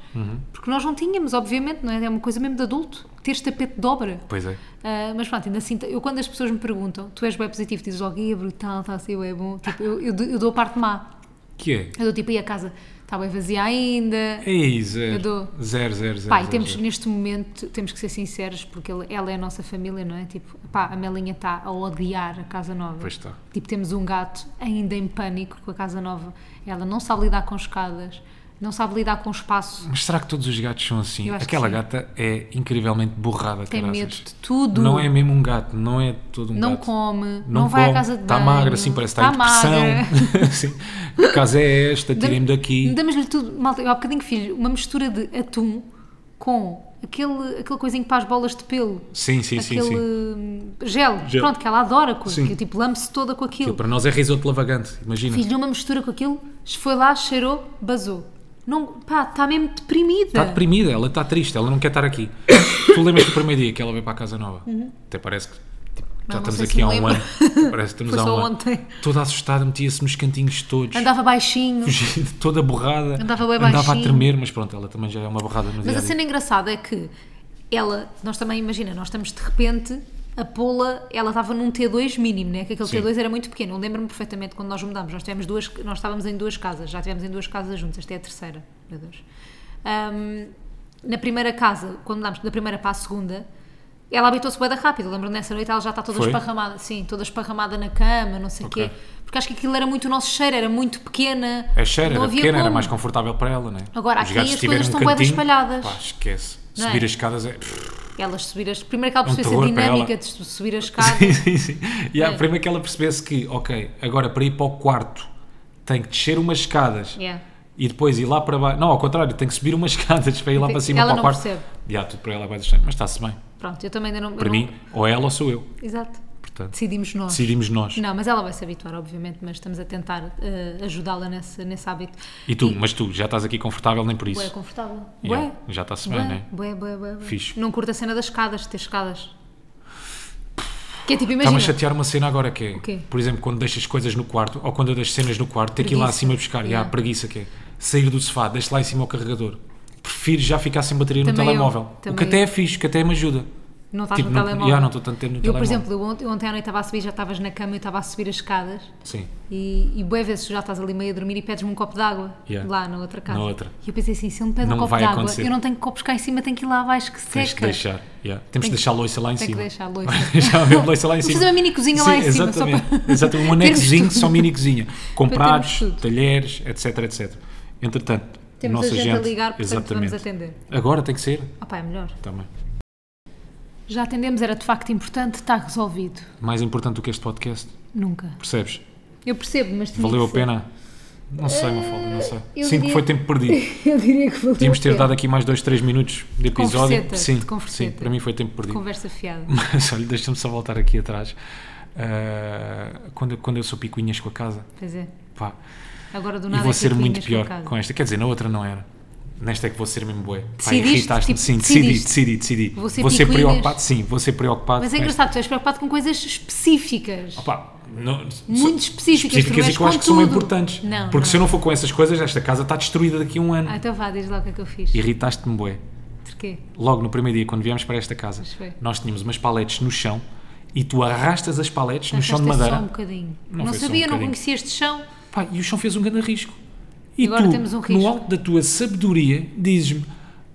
Speaker 1: Porque nós não tínhamos, obviamente, não é? É uma coisa mesmo de adulto, teres tapete de obra.
Speaker 2: Pois é.
Speaker 1: Ah, mas pronto, ainda assim, eu quando as pessoas me perguntam, tu és bem positivo, dizes logo, "Ih, é brutal, está a ser bem bom. Tipo, eu, eu, dou- eu dou a parte má.
Speaker 2: Que é?
Speaker 1: Eu dou tipo, e a casa está bem vazia ainda.
Speaker 2: Ei,
Speaker 1: Eu
Speaker 2: zero.
Speaker 1: dou.
Speaker 2: Zero, zero, zero.
Speaker 1: Pá, e
Speaker 2: zero,
Speaker 1: temos,
Speaker 2: zero.
Speaker 1: neste momento, temos que ser sinceros, porque ele- ela é a nossa família, não é? Tipo, pá, a Melinha está a odiar a casa nova.
Speaker 2: Pois está.
Speaker 1: Tipo, temos um gato ainda em pânico com a casa nova. Ela não sabe lidar com escadas, não sabe lidar com espaço,
Speaker 2: Mas será que todos os gatos são assim?
Speaker 1: Eu acho que
Speaker 2: Aquela
Speaker 1: sim.
Speaker 2: gata é incrivelmente borrada,
Speaker 1: tem
Speaker 2: caraças.
Speaker 1: medo de tudo.
Speaker 2: Não é mesmo um gato, não é todo um
Speaker 1: Não
Speaker 2: gato.
Speaker 1: come, não,
Speaker 2: Não
Speaker 1: vai
Speaker 2: come,
Speaker 1: à casa de
Speaker 2: Está
Speaker 1: banho.
Speaker 2: magra, sim, parece que está,
Speaker 1: está
Speaker 2: em
Speaker 1: magra.
Speaker 2: depressão. <laughs> sim. Que casa é esta? Tirem-me daqui.
Speaker 1: Damos-lhe tudo, malta, eu há bocadinho fiz uma mistura de atum com aquele, aquele coisinho para as bolas de pelo.
Speaker 2: Sim, sim, sim,
Speaker 1: aquele
Speaker 2: sim.
Speaker 1: hum, Gel,
Speaker 2: Gel.
Speaker 1: pronto, que ela adora, com,
Speaker 2: Sim.
Speaker 1: que tipo lambe-se toda com aquilo.
Speaker 2: Aquilo para nós é risoto lavagante, imagina.
Speaker 1: Fiz-lhe uma mistura com aquilo, foi lá, cheirou, basou. Não, pá, está mesmo deprimida.
Speaker 2: Está Tá deprimida, ela está triste, ela não quer estar aqui. <coughs> tu lembras do primeiro dia que ela veio para a casa nova? Até parece que tipo, já
Speaker 1: Uhum. não
Speaker 2: estamos
Speaker 1: sei se
Speaker 2: aqui
Speaker 1: me
Speaker 2: há um
Speaker 1: lembro.
Speaker 2: ano. Parece que estamos
Speaker 1: Foi
Speaker 2: há um
Speaker 1: só
Speaker 2: ano.
Speaker 1: ontem.
Speaker 2: Toda assustada, metia-se nos cantinhos todos.
Speaker 1: Andava baixinho.
Speaker 2: fugindo, <laughs> toda borrada,
Speaker 1: Andava bué
Speaker 2: andava a
Speaker 1: baixinho.
Speaker 2: tremer, mas pronto, ela também já é uma borrada no
Speaker 1: Mas
Speaker 2: dia
Speaker 1: a cena engraçada é que ela, nós também, imagina, nós estamos de repente a pô-la, ela estava num T2 mínimo, né? Que aquele
Speaker 2: Sim.
Speaker 1: T2 era muito pequeno. Eu lembro-me perfeitamente quando nós mudámos. Nós, tivemos duas, nós estávamos em duas casas, já estivemos em duas casas juntas, esta é a terceira, meu Deus. Ahm, na primeira casa, quando mudámos da primeira para a segunda, ela habitou-se bem rápido. Eu lembro nessa noite ela já está toda
Speaker 2: Foi?
Speaker 1: esparramada, sim, toda esparramada na cama, não sei o
Speaker 2: Ok.
Speaker 1: quê. Porque acho que aquilo era muito o nosso cheiro, era muito pequena.
Speaker 2: A É cheira
Speaker 1: não
Speaker 2: era
Speaker 1: havia
Speaker 2: pequena, era
Speaker 1: como.
Speaker 2: mais confortável para ela, né?
Speaker 1: Agora, aqui
Speaker 2: gatos
Speaker 1: as
Speaker 2: tiverem
Speaker 1: coisas estão bué
Speaker 2: um cantinho,
Speaker 1: espalhadas.
Speaker 2: Pá, esquece.
Speaker 1: Não é?
Speaker 2: Subir as
Speaker 1: <laughs>
Speaker 2: escadas é. <laughs>
Speaker 1: elas subir as. Primeiro que ela
Speaker 2: um
Speaker 1: percebesse a
Speaker 2: terror para
Speaker 1: dinâmica
Speaker 2: ela.
Speaker 1: de su- subir a escada.
Speaker 2: <laughs> sim, sim, sim. E há-
Speaker 1: É.
Speaker 2: primeiro que ela percebesse que, ok, agora para ir para o quarto tem que descer umas escadas
Speaker 1: Yeah.
Speaker 2: e depois ir lá para baixo. Não, ao contrário, tem que subir umas <laughs> escadas para ir lá
Speaker 1: Tem-
Speaker 2: para cima
Speaker 1: ela
Speaker 2: para o
Speaker 1: não
Speaker 2: quarto.
Speaker 1: percebe.
Speaker 2: Já, tudo para ela vai deixar. Mas está-se bem.
Speaker 1: Pronto, eu também ainda não. eu
Speaker 2: Para
Speaker 1: não-
Speaker 2: mim, ou ela ou sou eu.
Speaker 1: Exato.
Speaker 2: Portanto,
Speaker 1: Decidimos nós.
Speaker 2: decidimos nós.
Speaker 1: Não, mas ela vai se habituar, obviamente, mas estamos a tentar eh, ajudá-la nesse, nesse hábito.
Speaker 2: E tu, mas tu, já estás aqui confortável nem por isso.
Speaker 1: Bué, confortável.
Speaker 2: Yeah, Ah,
Speaker 1: Bué.
Speaker 2: Já está-se bem,
Speaker 1: Bué,
Speaker 2: não é?
Speaker 1: bué, bué, bué, bué.
Speaker 2: Fixe.
Speaker 1: Não curta a cena das escadas, de ter escadas. Que é tipo,
Speaker 2: Está-me a
Speaker 1: imagina.
Speaker 2: chatear uma cena agora que é,
Speaker 1: quê?
Speaker 2: por exemplo, quando deixas coisas no quarto ou quando eu deixo cenas no quarto, ter que ir lá
Speaker 1: Preguiça.
Speaker 2: acima buscar. E há
Speaker 1: Yeah.
Speaker 2: preguiça que é sair do sofá, deixo lá em cima o carregador. Prefiro já ficar sem bateria
Speaker 1: Também
Speaker 2: no
Speaker 1: eu,
Speaker 2: telemóvel. o que
Speaker 1: também
Speaker 2: até
Speaker 1: eu.
Speaker 2: é fixe, que até me ajuda.
Speaker 1: Não estás
Speaker 2: Tipo,
Speaker 1: no
Speaker 2: não-
Speaker 1: telemóvel.
Speaker 2: yeah, não estou tanto tempo no
Speaker 1: eu,
Speaker 2: telemóvel.
Speaker 1: por exemplo, eu ont- eu ontem à noite estava a subir, já estavas na cama, eu estava a subir as escadas
Speaker 2: Sim.
Speaker 1: e, e boé vezes tu já estás ali meio a dormir e pedes-me um copo de água
Speaker 2: Yeah.
Speaker 1: lá na outra casa.
Speaker 2: Na outra.
Speaker 1: E eu pensei assim, se ele me pede
Speaker 2: Não
Speaker 1: um copo
Speaker 2: vai
Speaker 1: de água,
Speaker 2: acontecer.
Speaker 1: eu não tenho copos cá em cima, tenho que ir lá abaixo que
Speaker 2: Tens que
Speaker 1: seca.
Speaker 2: deixar. yeah. Temos que deixar a loiça lá em
Speaker 1: Tem que
Speaker 2: cima.
Speaker 1: deixar a louça.
Speaker 2: <laughs> Já mesmo loiça lá em
Speaker 1: Vou
Speaker 2: cima.
Speaker 1: fazer uma mini cozinha lá
Speaker 2: Sim,
Speaker 1: em cima, só
Speaker 2: Exatamente.
Speaker 1: para- <laughs>
Speaker 2: exatamente. Um
Speaker 1: termos
Speaker 2: anexozinho,
Speaker 1: tudo.
Speaker 2: só mini cozinha. Com
Speaker 1: Para termos
Speaker 2: pratos,
Speaker 1: tudo.
Speaker 2: talheres, etc, etc. Entretanto,
Speaker 1: Temos
Speaker 2: nossa
Speaker 1: a gente, a ligar, portanto
Speaker 2: exatamente.
Speaker 1: vamos atender.
Speaker 2: Agora tem que ser.
Speaker 1: Opa, é melhor.
Speaker 2: Também.
Speaker 1: Já atendemos, era de facto importante, está resolvido.
Speaker 2: Mais importante do que este podcast,
Speaker 1: Nunca.
Speaker 2: percebes?
Speaker 1: Eu percebo, mas tinha
Speaker 2: Valeu a
Speaker 1: que ser.
Speaker 2: pena? Não sei, Mafalda, não sei.
Speaker 1: Eh, eu
Speaker 2: Sinto que
Speaker 1: diria-
Speaker 2: foi tempo perdido.
Speaker 1: <laughs> Eu diria que valeu
Speaker 2: Podíamos
Speaker 1: a
Speaker 2: ter
Speaker 1: pena.
Speaker 2: dado aqui mais dois, três minutos de episódio.
Speaker 1: Converseta,
Speaker 2: sim,
Speaker 1: de
Speaker 2: sim,
Speaker 1: converseta.
Speaker 2: para mim foi tempo perdido.
Speaker 1: Conversa fiada.
Speaker 2: <laughs> Mas olha, deixa-me só voltar aqui atrás. Ah, quando, eu- quando eu sou picuinhas com a casa,
Speaker 1: Pois é.
Speaker 2: pá,
Speaker 1: Agora do
Speaker 2: e
Speaker 1: nada
Speaker 2: vou
Speaker 1: é
Speaker 2: ser muito
Speaker 1: picuinhas com
Speaker 2: pior
Speaker 1: a casa.
Speaker 2: com esta. Quer dizer, na outra não era. Nesta é que vou ser mesmo bué. Pá,
Speaker 1: Decidiste?
Speaker 2: irritaste-me.
Speaker 1: Tipo,
Speaker 2: Sim, decidi,
Speaker 1: decidiste?
Speaker 2: decidi, decidi.
Speaker 1: Vou ser picuinhas?
Speaker 2: preocupado, sim, vou ser preocupado.
Speaker 1: Mas é
Speaker 2: com esta.
Speaker 1: engraçado, tu és preocupado com coisas específicas.
Speaker 2: Pá, não-
Speaker 1: Muito
Speaker 2: são-
Speaker 1: específicas, tu
Speaker 2: específicas
Speaker 1: és
Speaker 2: e que eu acho que
Speaker 1: com
Speaker 2: são
Speaker 1: tudo.
Speaker 2: importantes.
Speaker 1: Não,
Speaker 2: porque
Speaker 1: não.
Speaker 2: se eu não for com essas coisas, esta casa está destruída daqui a um ano.
Speaker 1: Ah, então vá, diz lá o que é que eu fiz.
Speaker 2: Irritaste-me, bué.
Speaker 1: Porquê?
Speaker 2: Logo no primeiro dia, quando viemos para esta casa,
Speaker 1: Pois foi.
Speaker 2: nós tínhamos umas paletes no chão e tu arrastas as paletes no chão de
Speaker 1: Arrastaste
Speaker 2: madeira.
Speaker 1: Só um bocadinho.
Speaker 2: Não
Speaker 1: Não,
Speaker 2: foi só um
Speaker 1: sabia, não
Speaker 2: bocadinho.
Speaker 1: conhecia este chão.
Speaker 2: Pá, e o chão fez um grande risco. E
Speaker 1: Agora
Speaker 2: tu,
Speaker 1: temos um risco.
Speaker 2: no alto da tua sabedoria, dizes-me: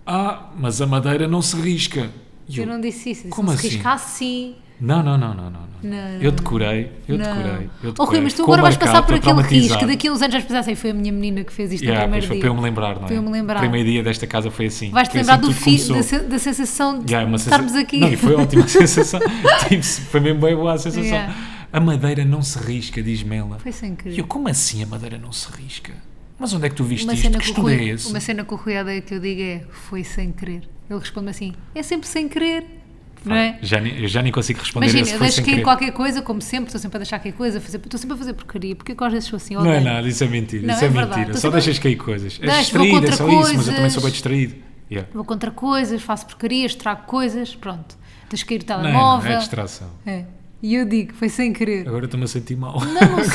Speaker 2: Ah, mas a madeira não se risca. E
Speaker 1: Eu não disse isso. Disse,
Speaker 2: Como
Speaker 1: se
Speaker 2: assim?
Speaker 1: riscasse sim.
Speaker 2: Não, não, não, não, não.
Speaker 1: Não, não,
Speaker 2: eu decorei, eu
Speaker 1: não.
Speaker 2: decorei. Eu decorei. é
Speaker 1: Oh, Rui, mas tu
Speaker 2: Ficou
Speaker 1: agora vais passar
Speaker 2: marcado,
Speaker 1: por
Speaker 2: estou
Speaker 1: aquele risco.
Speaker 2: traumatizado.
Speaker 1: Daqui a uns anos vais pensar assim, foi a minha menina que fez isto no
Speaker 2: Yeah, É, pois
Speaker 1: primeiro
Speaker 2: foi
Speaker 1: dia.
Speaker 2: para eu me lembrar, não é?
Speaker 1: Para eu me lembrar.
Speaker 2: O primeiro dia desta casa foi assim.
Speaker 1: Vais-te
Speaker 2: Foi
Speaker 1: lembrar
Speaker 2: assim que
Speaker 1: do
Speaker 2: tudo
Speaker 1: fi,
Speaker 2: começou.
Speaker 1: da, se- da sensação de
Speaker 2: Yeah, é uma sensa-
Speaker 1: estarmos aqui.
Speaker 2: Não, e foi um- ótima a sensação. Tive- foi mesmo bem boa a sensação.
Speaker 1: Yeah.
Speaker 2: A madeira não se risca, diz-me
Speaker 1: <laughs>
Speaker 2: ela.
Speaker 1: Foi sem querer.
Speaker 2: E eu, como assim a madeira não se risca? Mas onde é que tu viste
Speaker 1: Uma
Speaker 2: isto?
Speaker 1: cena,
Speaker 2: Que
Speaker 1: que o
Speaker 2: estudo é
Speaker 1: Rui,
Speaker 2: esse?
Speaker 1: uma cena que o Rui odeia que eu digo é foi sem querer. Ele responde-me assim: é sempre sem querer, não é?
Speaker 2: Ah, já, nem- eu já nem consigo responder
Speaker 1: Imagina,
Speaker 2: esse
Speaker 1: eu
Speaker 2: foi
Speaker 1: deixo
Speaker 2: sem
Speaker 1: cair
Speaker 2: querer.
Speaker 1: qualquer coisa, como sempre, estou sempre a deixar cair coisa, a fazer- estou sempre a fazer porcaria, porque eu às vezes sou assim,
Speaker 2: Não é
Speaker 1: odeio.
Speaker 2: nada, isso é mentira.
Speaker 1: Não,
Speaker 2: isso é,
Speaker 1: é verdade.
Speaker 2: mentira.
Speaker 1: Tu
Speaker 2: Só
Speaker 1: sempre-
Speaker 2: deixas cair coisas. É
Speaker 1: Deixo, vou
Speaker 2: distraído, é
Speaker 1: contra
Speaker 2: só isso, mas eu também
Speaker 1: coisas.
Speaker 2: sou bem distraído. Yeah.
Speaker 1: Vou contra coisas, faço porcarias, trago coisas, pronto. Deixo cair o
Speaker 2: Não, é, não,
Speaker 1: telemóvel.
Speaker 2: é distração.
Speaker 1: É. E eu digo: foi sem querer.
Speaker 2: Agora estou-me a sentir mal. <laughs>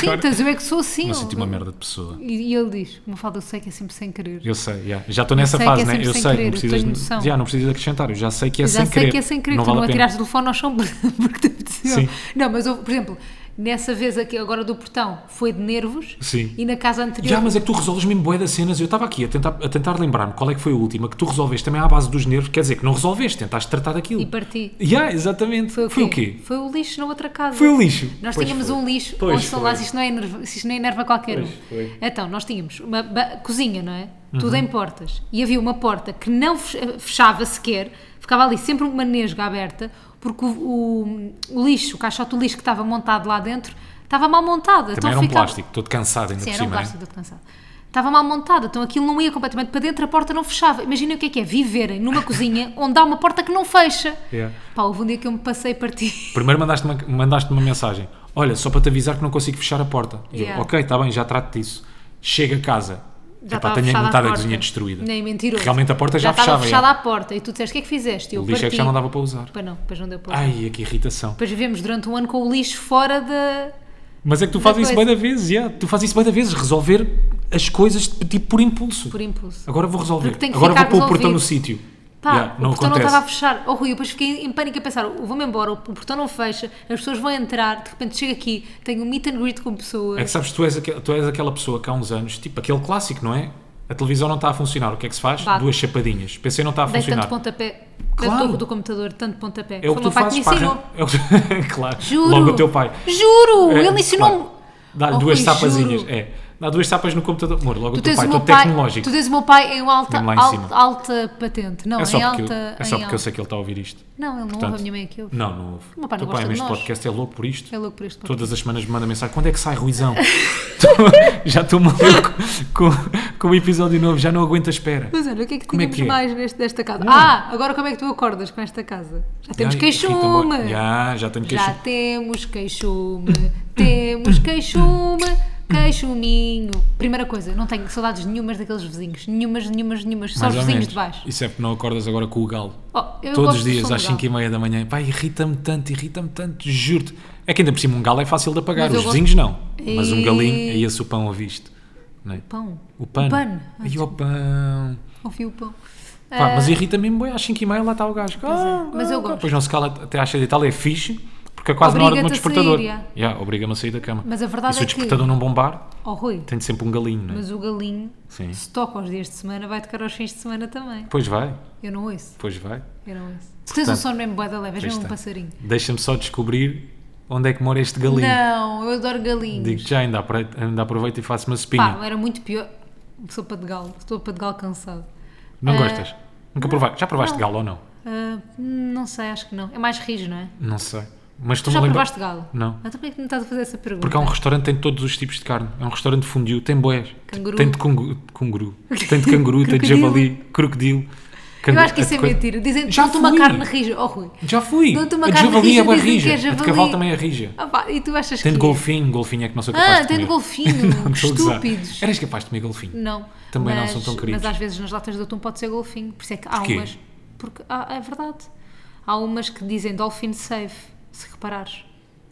Speaker 1: Não, não sintas, eu é que sou assim.
Speaker 2: Estou-me a
Speaker 1: eu-
Speaker 2: sentir uma merda de pessoa.
Speaker 1: E, e ele diz: uma falta, eu sei que é sempre sem querer.
Speaker 2: Eu sei, yeah. já estou nessa
Speaker 1: sei que
Speaker 2: fase,
Speaker 1: é
Speaker 2: né?
Speaker 1: sempre
Speaker 2: Eu
Speaker 1: sem
Speaker 2: sei, não
Speaker 1: querer,
Speaker 2: precisas,
Speaker 1: tenho
Speaker 2: de-
Speaker 1: noção.
Speaker 2: já, não precisas acrescentar, eu já sei que é
Speaker 1: Eu já
Speaker 2: sem
Speaker 1: sei
Speaker 2: querer.
Speaker 1: que é sem querer,
Speaker 2: não
Speaker 1: que tu
Speaker 2: vale
Speaker 1: não
Speaker 2: a pena.
Speaker 1: atiraste o telefone ao chão <laughs> porque te apeteceu.
Speaker 2: Sim.
Speaker 1: Não, mas houve, por exemplo, nessa vez aqui, agora do portão, foi de nervos
Speaker 2: Sim.
Speaker 1: e na casa anterior.
Speaker 2: Já, mas é que tu resolves mesmo bué das cenas. Eu estava aqui a tentar, a tentar lembrar-me qual é que foi a última que tu resolveste também à base dos nervos. Quer dizer, que não resolveste, tentaste tratar daquilo.
Speaker 1: E parti.
Speaker 2: Já, exatamente. Foi, o quê?
Speaker 1: Foi o lixo na outra casa.
Speaker 2: Foi o lixo.
Speaker 1: Nós
Speaker 2: Pois
Speaker 1: tínhamos
Speaker 2: foi.
Speaker 1: um lixo,
Speaker 2: Pois
Speaker 1: ouçam lá
Speaker 2: foi.
Speaker 1: se isto não, é enerva, se isto não enerva qualquer
Speaker 2: Pois
Speaker 1: um.
Speaker 2: foi. Uhum.
Speaker 1: Então, nós tínhamos uma ba- cozinha, não é? Tudo em portas. E havia uma porta que não fech- fechava sequer, ficava ali sempre uma nesga aberta, porque o, o- o lixo, o caixote do lixo que estava montado lá dentro, estava mal montado. Então
Speaker 2: Também era um plástico, estou cansado ainda
Speaker 1: Sim,
Speaker 2: por
Speaker 1: era um
Speaker 2: cima. né?
Speaker 1: plástico, estou cansado. Estava mal montada, então aquilo não ia completamente para dentro, a porta não fechava. Imaginem o que é que é viverem numa cozinha <laughs> onde há uma porta que não fecha.
Speaker 2: Yeah.
Speaker 1: Pá, houve um dia que eu me passei para ti.
Speaker 2: Primeiro mandaste-me mandaste uma mandaste-me uma mensagem. Olha, só para te avisar que não consigo fechar a porta. E eu,
Speaker 1: Yeah.
Speaker 2: ok, está bem, já trato disso. Chega a casa. Epá,
Speaker 1: estava
Speaker 2: tenho
Speaker 1: fechada a
Speaker 2: metade da
Speaker 1: porta.
Speaker 2: cozinha destruída.
Speaker 1: Nem mentiroso.
Speaker 2: Realmente a porta já,
Speaker 1: estava
Speaker 2: fechava.
Speaker 1: fechada
Speaker 2: yeah.
Speaker 1: a porta e tu disseste o que é que fizeste? Eu
Speaker 2: O lixo é que
Speaker 1: parti.
Speaker 2: já não dava para usar.
Speaker 1: Pois não, pois não deu para.
Speaker 2: Ai, é que irritação.
Speaker 1: Depois vivemos durante um ano com o lixo fora da.
Speaker 2: Mas é que tu fazes isso bem
Speaker 1: coisa.
Speaker 2: da vez, yeah. tu fazes isso bem da vez, resolver as coisas tipo por impulso.
Speaker 1: por impulso.
Speaker 2: Agora vou resolver,
Speaker 1: Porque tem que
Speaker 2: agora vou
Speaker 1: ficar
Speaker 2: pôr o portão no
Speaker 1: resolvido.
Speaker 2: sítio.
Speaker 1: Pá,
Speaker 2: Yeah,
Speaker 1: o portão não estava a fechar. Oh, Rui, eu depois fiquei em pânico a pensar: "Eu vou-me embora, o portão não fecha, as pessoas vão entrar, de repente chego aqui, tenho um meet and greet com pessoas.
Speaker 2: É que sabes, tu és, aquel- tu és aquela pessoa que há uns anos, tipo aquele clássico, não é? A televisão não está a funcionar, o que é que se faz?
Speaker 1: Bate.
Speaker 2: Duas chapadinhas. PC não está a
Speaker 1: Dei
Speaker 2: funcionar.
Speaker 1: tanto pontapé,
Speaker 2: Claro.
Speaker 1: tanto toco do computador, tanto pontapé.
Speaker 2: É o
Speaker 1: Foi
Speaker 2: que tu
Speaker 1: meu pai que
Speaker 2: fazes
Speaker 1: me
Speaker 2: para
Speaker 1: ensinou.
Speaker 2: arran- <laughs> é o que- Claro,
Speaker 1: Juro.
Speaker 2: logo o teu pai.
Speaker 1: Juro,
Speaker 2: É,
Speaker 1: ele ensinou-me.
Speaker 2: claro. Dá-lhe
Speaker 1: Oh,
Speaker 2: duas
Speaker 1: Rui,
Speaker 2: tapazinhas.
Speaker 1: juro.
Speaker 2: É. Dá duas tapas no computador. Amor, logo
Speaker 1: Tu
Speaker 2: o teu
Speaker 1: tens,
Speaker 2: pai, é
Speaker 1: o meu
Speaker 2: todo
Speaker 1: pai,
Speaker 2: tecnológico.
Speaker 1: tu tens um o meu pai em alta,
Speaker 2: Mesmo lá em
Speaker 1: al-
Speaker 2: cima.
Speaker 1: alta patente. Não,
Speaker 2: É só,
Speaker 1: em
Speaker 2: porque,
Speaker 1: alta.
Speaker 2: eu, é só
Speaker 1: em
Speaker 2: porque eu
Speaker 1: alta.
Speaker 2: sei que ele está a ouvir isto.
Speaker 1: tá- Não, ele não
Speaker 2: Portanto, hum,
Speaker 1: ouve a minha mãe que ouve.
Speaker 2: Não, não houve.
Speaker 1: O meu pai não
Speaker 2: Teu pai
Speaker 1: gosta de
Speaker 2: neste
Speaker 1: nós.
Speaker 2: podcast é louco por isto.
Speaker 1: É louco por este
Speaker 2: Todas as semanas me manda mensagem: quando é que sai
Speaker 1: <laughs>
Speaker 2: Ruizão? Tô- já estou maluco com, com o episódio novo, já não aguento a espera.
Speaker 1: Mas olha, o que é que
Speaker 2: Como é
Speaker 1: tínhamos
Speaker 2: que é?
Speaker 1: mais neste, desta casa? Ah, agora como é que tu acordas com esta casa? Já temos
Speaker 2: Ai, Rita
Speaker 1: queixume!
Speaker 2: Mo- Já, já tenho
Speaker 1: Já <laughs>
Speaker 2: queixume.
Speaker 1: temos queixume, temos queixume, Queixo, minho. Primeira coisa, não tenho saudades nenhumas daqueles vizinhos. Nenhumas, nenhumas, nenhumas. Só
Speaker 2: Mais
Speaker 1: os
Speaker 2: ou
Speaker 1: vizinhos
Speaker 2: menos.
Speaker 1: de baixo.
Speaker 2: Isso é porque não acordas agora com o galo.
Speaker 1: Oh, eu gosto
Speaker 2: Todos os
Speaker 1: do
Speaker 2: dias,
Speaker 1: som
Speaker 2: às
Speaker 1: do
Speaker 2: 5 e
Speaker 1: galo.
Speaker 2: meia da manhã. Pá, irrita-me tanto, irrita-me tanto, juro-te. É que ainda por cima um galo é fácil de apagar,
Speaker 1: Mas eu
Speaker 2: os
Speaker 1: gosto-
Speaker 2: vizinhos não. Mas um
Speaker 1: E-
Speaker 2: galinho, aí esse o pão ouviste. Não é?
Speaker 1: Pão.
Speaker 2: O pano.
Speaker 1: O pano. Ah,
Speaker 2: Aí o pão.
Speaker 1: Ouvi o pão.
Speaker 2: Pá,
Speaker 1: Ah,
Speaker 2: mas irrita mesmo, boi, às 5 e meia lá está o gajo. Ah,
Speaker 1: é. Mas eu
Speaker 2: ah,
Speaker 1: gosto.
Speaker 2: Depois não se cala até às 6 e tal, é fixe, porque é quase na hora do meu
Speaker 1: Obriga-te a
Speaker 2: despertador.
Speaker 1: sair, já.
Speaker 2: Já, Obriga-me a sair da cama.
Speaker 1: Mas a verdade
Speaker 2: e se
Speaker 1: é
Speaker 2: o
Speaker 1: que-
Speaker 2: despertador não bombar,
Speaker 1: Oh, Rui,
Speaker 2: tem de sempre um galinho, não é?
Speaker 1: mas o galinho,
Speaker 2: Sim.
Speaker 1: se toca aos dias de semana, vai tocar aos fins de semana também.
Speaker 2: Pois vai,
Speaker 1: Eu não ouço.
Speaker 2: pois vai.
Speaker 1: Eu não ouço. Tu tens um
Speaker 2: Portanto,
Speaker 1: sono mesmo bué da leve, és
Speaker 2: Pois
Speaker 1: mesmo um
Speaker 2: tem.
Speaker 1: passarinho.
Speaker 2: Deixa-me só descobrir onde é que mora este galinho.
Speaker 1: Não, eu adoro galinhos.
Speaker 2: Digo já, ainda apre- ainda aproveito e faço uma espinha.
Speaker 1: Pá, era muito pior. Sopa de galo. Sopa de galo cansado.
Speaker 2: não
Speaker 1: eh,
Speaker 2: gostas? Nunca provaste? Já provaste
Speaker 1: não.
Speaker 2: galo ou não?
Speaker 1: Ah, não sei, acho que não. É mais rijo, não é?
Speaker 2: Não sei. Mas tu
Speaker 1: Tu já
Speaker 2: me lembra...
Speaker 1: provaste galo?
Speaker 2: Não.
Speaker 1: Então porquê que me estás a fazer essa pergunta?
Speaker 2: Porque é um restaurante que tem todos os tipos de carne. É um restaurante de fundiu, tem boés.
Speaker 1: Canguru.
Speaker 2: Tem de congu- de canguru. Tem de canguru, tem de
Speaker 1: Crocodilo.
Speaker 2: javali, crocodilo.
Speaker 1: Eu
Speaker 2: canguru-
Speaker 1: acho que isso é
Speaker 2: de coisa-
Speaker 1: mentira. Dizem
Speaker 2: Já
Speaker 1: dão-te uma
Speaker 2: fui.
Speaker 1: carne rija. Oh, Rui.
Speaker 2: Já fui.
Speaker 1: Dão-te uma
Speaker 2: a de
Speaker 1: carne
Speaker 2: javali
Speaker 1: rija,
Speaker 2: é bué
Speaker 1: dizem que
Speaker 2: rija.
Speaker 1: é
Speaker 2: A de
Speaker 1: javali.
Speaker 2: cavalo também é rija.
Speaker 1: Ah pá, e tu achas
Speaker 2: Tem de
Speaker 1: que. é?
Speaker 2: golfinho, golfinho é que não sou capaz
Speaker 1: Ah,
Speaker 2: de comer.
Speaker 1: tem de golfinho.
Speaker 2: <laughs> Não, estou a gozar.
Speaker 1: Estúpidos. Hum,
Speaker 2: Eras capaz de comer golfinho.
Speaker 1: Não.
Speaker 2: Também não
Speaker 1: mas-
Speaker 2: são tão queridos.
Speaker 1: Mas às vezes nas latas de atum pode ser golfinho. Por isso é que há
Speaker 2: Porquê?
Speaker 1: umas. Porque há- é verdade. Há umas que dizem dolphin safe, se reparares.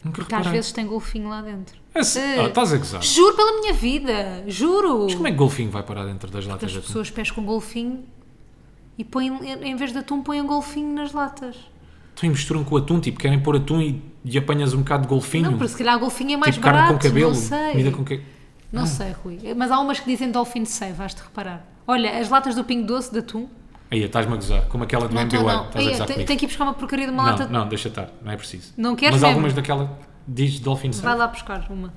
Speaker 2: Nunca
Speaker 1: Porque às
Speaker 2: reparei.
Speaker 1: vezes tem golfinho lá dentro.
Speaker 2: Ah, se-
Speaker 1: Eh,
Speaker 2: ah, estás a gozar.
Speaker 1: Juro pela minha vida, juro.
Speaker 2: Mas como é que golfinho vai parar dentro das
Speaker 1: Porque
Speaker 2: latas
Speaker 1: as
Speaker 2: de atum?
Speaker 1: pessoas pescam golfinho e põem, em vez de atum, põem um golfinho nas latas.
Speaker 2: Tu e misturam com atum, tipo, querem pôr atum e, e apanhas um bocado de golfinho.
Speaker 1: Não, porque se calhar golfinho é mais
Speaker 2: tipo,
Speaker 1: barato,
Speaker 2: carne com cabelo,
Speaker 1: não sei.
Speaker 2: comida com Ah. cabelo.
Speaker 1: Não sei, Rui. Mas há umas que dizem dolphin safe, vais-te reparar. Olha, as latas do Pingo Doce de atum.
Speaker 2: Aí, estás-me a gozar, como aquela do
Speaker 1: Não,
Speaker 2: MBY.
Speaker 1: estou, não.
Speaker 2: Estás a gozar
Speaker 1: Tem,
Speaker 2: comigo.
Speaker 1: tem que ir buscar uma porcaria de uma lata.
Speaker 2: Não, não, deixa estar, não é preciso.
Speaker 1: Não queres
Speaker 2: Mas
Speaker 1: mesmo?
Speaker 2: algumas daquela diz Dolphin
Speaker 1: Vai
Speaker 2: Safe.
Speaker 1: lá buscar uma.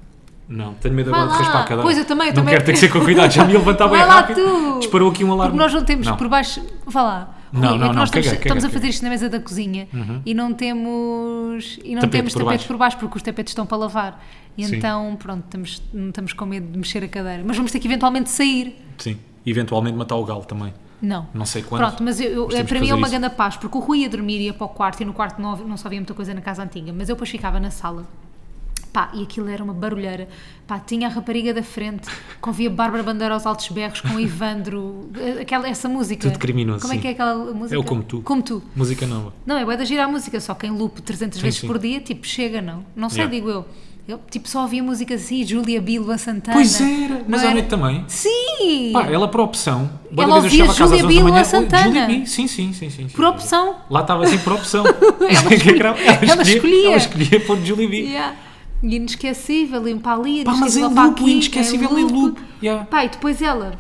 Speaker 2: Não, tenho medo
Speaker 1: Vai
Speaker 2: agora de
Speaker 1: lá.
Speaker 2: raspar a cadeira.
Speaker 1: Pois, eu também, eu
Speaker 2: não
Speaker 1: também. <laughs>
Speaker 2: quero ter que ser com cuidado, já me levantava
Speaker 1: Vai
Speaker 2: bem
Speaker 1: lá
Speaker 2: rápido.
Speaker 1: tu.
Speaker 2: Disparou aqui um alarme.
Speaker 1: Porque nós não temos por baixo. Vá lá. Rui,
Speaker 2: Não,
Speaker 1: é
Speaker 2: não,
Speaker 1: que
Speaker 2: não,
Speaker 1: nós estamos,
Speaker 2: caga, caga,
Speaker 1: estamos a
Speaker 2: caga. Uhum.
Speaker 1: fazer isto na mesa da cozinha e não temos e não
Speaker 2: Tapete
Speaker 1: temos
Speaker 2: por
Speaker 1: tapete
Speaker 2: baixo.
Speaker 1: por baixo porque os tapetes estão para lavar. E
Speaker 2: Sim.
Speaker 1: então, pronto, estamos, não estamos com medo de mexer a cadeira. Mas vamos ter que eventualmente sair.
Speaker 2: Sim, eventualmente matar o galo também.
Speaker 1: Não.
Speaker 2: Não sei quando.
Speaker 1: Pronto, mas eu- eu-
Speaker 2: Mas temos
Speaker 1: para
Speaker 2: que
Speaker 1: mim é
Speaker 2: fazer
Speaker 1: uma
Speaker 2: isso.
Speaker 1: grande paz, porque o Rui ia dormir, ia para o quarto e no quarto não, havia- não só havia muita coisa na casa antiga, mas eu depois ficava na sala. Pá, e aquilo era uma barulheira. Pá, tinha a rapariga da frente, convia Bárbara Bandeira aos altos berros, com o Ivandro, eh, aquela, essa música.
Speaker 2: Tudo criminoso,
Speaker 1: Como é
Speaker 2: sim.
Speaker 1: que é aquela música?
Speaker 2: É o Como Tu.
Speaker 1: Como tu.
Speaker 2: Música nova.
Speaker 1: Não, é bué da girar a música, só que em loop 300 vezes
Speaker 2: sim.
Speaker 1: por dia, tipo, chega, não. Não sei,
Speaker 2: Yeah.
Speaker 1: digo eu. Eu, tipo, só ouvia música assim, Júlia Bilba Santana.
Speaker 2: Pois era, mas
Speaker 1: Não
Speaker 2: à
Speaker 1: era?
Speaker 2: noite também.
Speaker 1: Sim!
Speaker 2: Pá, é- ela por opção.
Speaker 1: Ela
Speaker 2: Boa vez eu
Speaker 1: ouvia
Speaker 2: chegava a casa às
Speaker 1: Júlia
Speaker 2: 11 da
Speaker 1: Bilo
Speaker 2: manhã,
Speaker 1: a Santana.
Speaker 2: "Oi, Júlia Bi", Sim, sim, sim, sim. sim.
Speaker 1: Por opção.
Speaker 2: Lá estava assim por opção.
Speaker 1: <laughs>
Speaker 2: <laughs>
Speaker 1: Ela escolhe- ela escolhia.
Speaker 2: Ela escolhia pôr Julie B.
Speaker 1: Yeah. E é Inesquecível, limpar ali,
Speaker 2: Pá, mas em
Speaker 1: inesquecível para
Speaker 2: loop, o
Speaker 1: aqui,
Speaker 2: inesquecível em loop. Yeah.
Speaker 1: Pá, e depois ela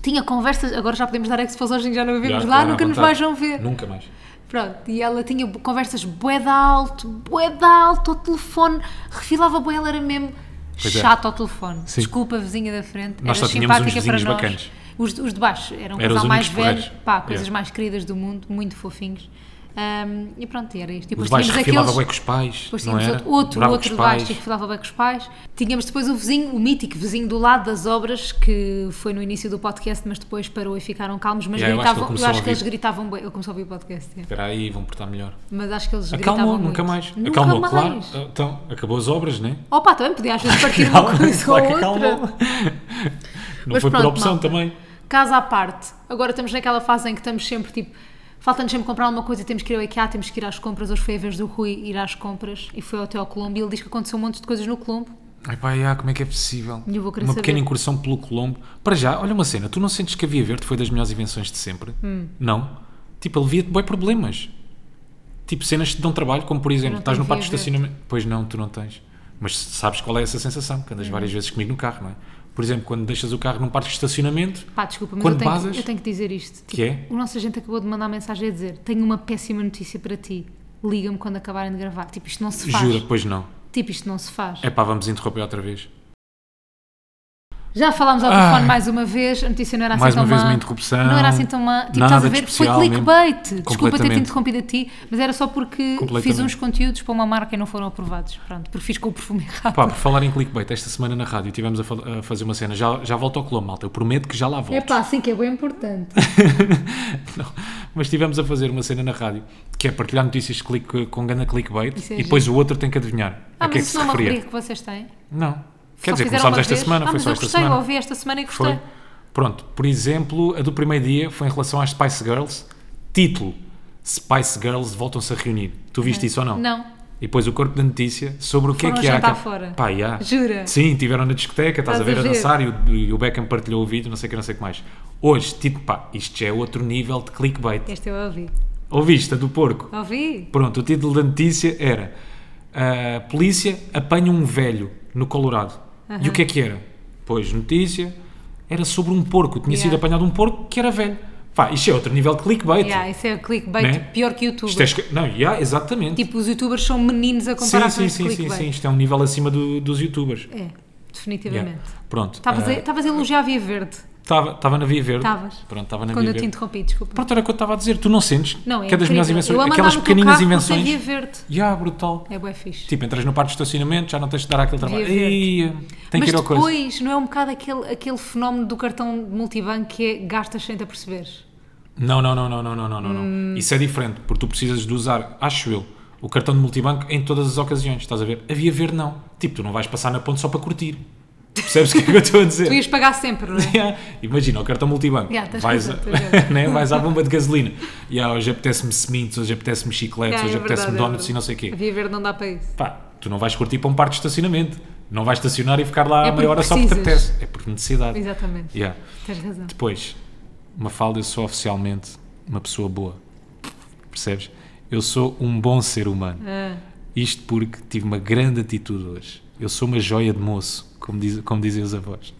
Speaker 1: tinha conversas, agora já podemos dar é exposões, já não vivemos
Speaker 2: Já,
Speaker 1: lá,
Speaker 2: claro, à
Speaker 1: nunca nos
Speaker 2: vontade.
Speaker 1: vejam ver.
Speaker 2: Nunca mais.
Speaker 1: Pronto, e ela tinha bo- conversas bué de alto, bué de alto, ao telefone, refilava bué, ela era mesmo
Speaker 2: Pois é.
Speaker 1: chata ao telefone.
Speaker 2: Sim.
Speaker 1: Desculpa, vizinha da frente,
Speaker 2: Nós
Speaker 1: era
Speaker 2: só tínhamos
Speaker 1: simpática
Speaker 2: uns
Speaker 1: para
Speaker 2: vizinhos
Speaker 1: nós.
Speaker 2: bacanas.
Speaker 1: Os, os de baixo eram um
Speaker 2: Era os
Speaker 1: casal mais
Speaker 2: únicos
Speaker 1: velhos,
Speaker 2: porreiros.
Speaker 1: pá, coisas
Speaker 2: Yeah.
Speaker 1: mais queridas do mundo, muito fofinhos. Ahm, e pronto, e era isto. E
Speaker 2: Os
Speaker 1: depois
Speaker 2: baixos
Speaker 1: tínhamos
Speaker 2: refilava
Speaker 1: aqueles-
Speaker 2: bem com os pais.
Speaker 1: depois
Speaker 2: não
Speaker 1: tínhamos
Speaker 2: era?
Speaker 1: outro, outro,
Speaker 2: Morava com
Speaker 1: outro
Speaker 2: os
Speaker 1: baixo
Speaker 2: pais.
Speaker 1: que falava bem com os pais. Tínhamos depois o vizinho, o mítico vizinho do lado das obras, que foi no início do podcast, mas depois parou e ficaram calmos, mas
Speaker 2: Yeah, eu acho que ele
Speaker 1: gritavam, eu acho que,
Speaker 2: começou a ouvir.
Speaker 1: eles gritavam bem. Eu comecei a ouvir o podcast, é.
Speaker 2: Espera aí, vão portar melhor.
Speaker 1: mas acho que eles gritavam
Speaker 2: Acalmou,
Speaker 1: muito.
Speaker 2: nunca mais.
Speaker 1: Nunca
Speaker 2: acalmou,
Speaker 1: mais.
Speaker 2: claro. Então, acabou as obras, né?
Speaker 1: Opa, também podia às vezes partir uma coisa ou
Speaker 2: <laughs> Claro que
Speaker 1: outra.
Speaker 2: acalmou. <laughs> Não
Speaker 1: Mas
Speaker 2: foi por
Speaker 1: pronto,
Speaker 2: opção
Speaker 1: malta.
Speaker 2: também.
Speaker 1: Casa à parte. Agora estamos naquela fase em que estamos sempre tipo. Falta-nos sempre comprar alguma coisa, temos que ir ao IKEA, temos que ir às compras. Hoje foi a vez do Rui ir às compras e foi até ao Colombo e ele diz que aconteceu um monte de coisas no Colombo.
Speaker 2: Ai pá, já, como é que é possível?
Speaker 1: Eu vou querer
Speaker 2: uma
Speaker 1: saber.
Speaker 2: pequena incursão pelo Colombo. Para já, olha uma cena, tu não sentes que a Via Verde foi das melhores invenções de sempre?
Speaker 1: Hum.
Speaker 2: Não? Tipo, alivia-te bem problemas. Tipo, cenas que te dão trabalho, como por exemplo,
Speaker 1: não
Speaker 2: estás
Speaker 1: tenho
Speaker 2: no pátio de
Speaker 1: Via Verde.
Speaker 2: estacionamento. Pois não, tu não tens. Mas sabes qual é essa sensação, que andas
Speaker 1: Hum.
Speaker 2: várias vezes comigo no carro, não é? Por exemplo, quando deixas o carro num parque de estacionamento,
Speaker 1: Pá, desculpa, mas
Speaker 2: Quando
Speaker 1: eu, tenho
Speaker 2: basas-
Speaker 1: que, eu tenho que dizer isto. tipo,
Speaker 2: Que é?
Speaker 1: O nosso agente acabou de mandar mensagem a dizer: Tenho uma péssima notícia para ti. Liga-me quando acabarem de gravar. Tipo, isto não se faz.
Speaker 2: jura, pois não.
Speaker 1: Tipo, isto não se faz.
Speaker 2: É pá, vamos interromper outra vez.
Speaker 1: Já falámos ao telefone
Speaker 2: Ai.
Speaker 1: mais uma vez. A notícia não era assim
Speaker 2: Ah. Mais
Speaker 1: tão
Speaker 2: uma vez
Speaker 1: má.
Speaker 2: uma interrupção.
Speaker 1: Não era assim tão má. Tipo,
Speaker 2: Nada
Speaker 1: estás a
Speaker 2: de
Speaker 1: ver? Foi
Speaker 2: especial mesmo.
Speaker 1: clickbait. Desculpa ter te
Speaker 2: Completamente.
Speaker 1: interrompido a ti, mas era só porque fiz
Speaker 2: Completamente.
Speaker 1: uns conteúdos para uma marca e não foram aprovados. Pronto, porque fiz com o perfume errado.
Speaker 2: Pá, por falar em clickbait, esta semana na rádio tivemos a, fal- a fazer uma cena. Já, já volto ao Colombo, malta. Eu prometo que já lá volto.
Speaker 1: É pá, assim que é bem importante.
Speaker 2: <laughs> Não, mas estivemos a fazer uma cena na rádio que é partilhar notícias de click, com ganda clickbait
Speaker 1: Isso é
Speaker 2: e depois o outro tem que adivinhar
Speaker 1: Ah,
Speaker 2: a que
Speaker 1: mas
Speaker 2: é que
Speaker 1: isso
Speaker 2: se
Speaker 1: não é uma
Speaker 2: referia.
Speaker 1: rubrica que vocês têm?
Speaker 2: Não.
Speaker 1: Só
Speaker 2: Quer dizer,
Speaker 1: fizeram
Speaker 2: começámos
Speaker 1: uma
Speaker 2: esta
Speaker 1: vez.
Speaker 2: semana,
Speaker 1: ah,
Speaker 2: foi
Speaker 1: mas
Speaker 2: só
Speaker 1: eu
Speaker 2: esta
Speaker 1: gostei,
Speaker 2: semana.
Speaker 1: ouvi esta semana e gostei.
Speaker 2: Foi. Pronto, por exemplo, a do primeiro dia foi em relação às Spice Girls. Título: Spice Girls voltam-se a reunir. Tu viste isso ou não?
Speaker 1: Não.
Speaker 2: E depois o corpo da notícia sobre o que
Speaker 1: Foram
Speaker 2: é que há.
Speaker 1: jantar
Speaker 2: cá-
Speaker 1: fora.
Speaker 2: Pá, yeah.
Speaker 1: Jura?
Speaker 2: Sim, tiveram na discoteca, estás, a ver a, dançar e o, e o Beckham partilhou o vídeo, não sei o que, não sei o que mais. Hoje, tipo, pá, isto já é outro nível de clickbait.
Speaker 1: Este eu ouvi.
Speaker 2: Ouviste a do porco?
Speaker 1: Ouvi?
Speaker 2: Pronto, o título da notícia era a polícia apanha um velho no Colorado. E o que é que era? Pois, notícia era sobre um porco. Tinha sido
Speaker 1: Yeah.
Speaker 2: apanhado um porco que era velho. Pá, isto é outro nível de clickbait.
Speaker 1: Yeah, isso é o clickbait
Speaker 2: Né?
Speaker 1: pior que youtuber.
Speaker 2: Isto é esca- Não, yeah, exatamente.
Speaker 1: Tipo, os youtubers são meninos a comparar com
Speaker 2: sim,
Speaker 1: este
Speaker 2: sim, sim,
Speaker 1: clickbait.
Speaker 2: sim. Isto é um nível acima do- dos youtubers.
Speaker 1: É,
Speaker 2: Yeah.
Speaker 1: definitivamente.
Speaker 2: Pronto.
Speaker 1: Estavas
Speaker 2: ah,
Speaker 1: a- estavas a elogiar a Via Verde
Speaker 2: Tava, tava na Via Verde.
Speaker 1: Tavas.
Speaker 2: Pronto, estava na
Speaker 1: quando
Speaker 2: Via
Speaker 1: eu te
Speaker 2: Verde.
Speaker 1: interrompi, desculpa.
Speaker 2: Pronto, era o que eu estava a dizer. Tu não sentes
Speaker 1: Não, é
Speaker 2: que é das melhores
Speaker 1: incrível.
Speaker 2: invenções,
Speaker 1: Eu a
Speaker 2: aquelas
Speaker 1: mandar-me
Speaker 2: pequeninas
Speaker 1: com o carro,
Speaker 2: invenções.
Speaker 1: Via Verde.
Speaker 2: Ya, brutal.
Speaker 1: É bué fixe.
Speaker 2: Tipo, entras no parque de estacionamento, já não tens de dar aquele trabalho.
Speaker 1: Via Verde.
Speaker 2: Ei, tem
Speaker 1: Mas
Speaker 2: que ir ao
Speaker 1: depois,
Speaker 2: coisa.
Speaker 1: não é um bocado aquele, aquele fenómeno do cartão de multibanco que é gastas sem te aperceberes?
Speaker 2: Não, não, não, não, não, não, não, não.
Speaker 1: Hum.
Speaker 2: não. Isso é diferente, porque tu precisas de usar, acho eu, o cartão de multibanco em todas as ocasiões, estás a ver? A Via Verde não. Tipo, tu não vais passar na ponte só para curtir. Percebes o que é que eu estou a dizer?
Speaker 1: <laughs> Tu ias pagar sempre, não é?
Speaker 2: Yeah. <laughs> Imagina, o cartão multibanco.
Speaker 1: Yeah, tens
Speaker 2: vais,
Speaker 1: razão, tens
Speaker 2: <laughs>
Speaker 1: razão.
Speaker 2: né? vais à bomba de gasolina. Yeah, hoje apetece-me sementes, hoje apetece-me chicletes,
Speaker 1: Yeah,
Speaker 2: hoje
Speaker 1: é
Speaker 2: apetece-me
Speaker 1: verdade, é
Speaker 2: donuts e não sei o quê.
Speaker 1: A Via Verde não dá para isso.
Speaker 2: Pá, tu não vais curtir para um parque de estacionamento. Não vais estacionar e ficar lá
Speaker 1: É
Speaker 2: a meia
Speaker 1: porque
Speaker 2: hora só porque te
Speaker 1: precisas.
Speaker 2: apetece. É por necessidade.
Speaker 1: Exatamente.
Speaker 2: Yeah.
Speaker 1: Tens razão.
Speaker 2: Depois, Mafalda, eu sou oficialmente uma pessoa boa. Percebes? Eu sou um bom ser humano.
Speaker 1: Ah,
Speaker 2: Isto porque tive uma grande atitude hoje. Eu sou uma joia de moço, como, diz, como dizem os avós.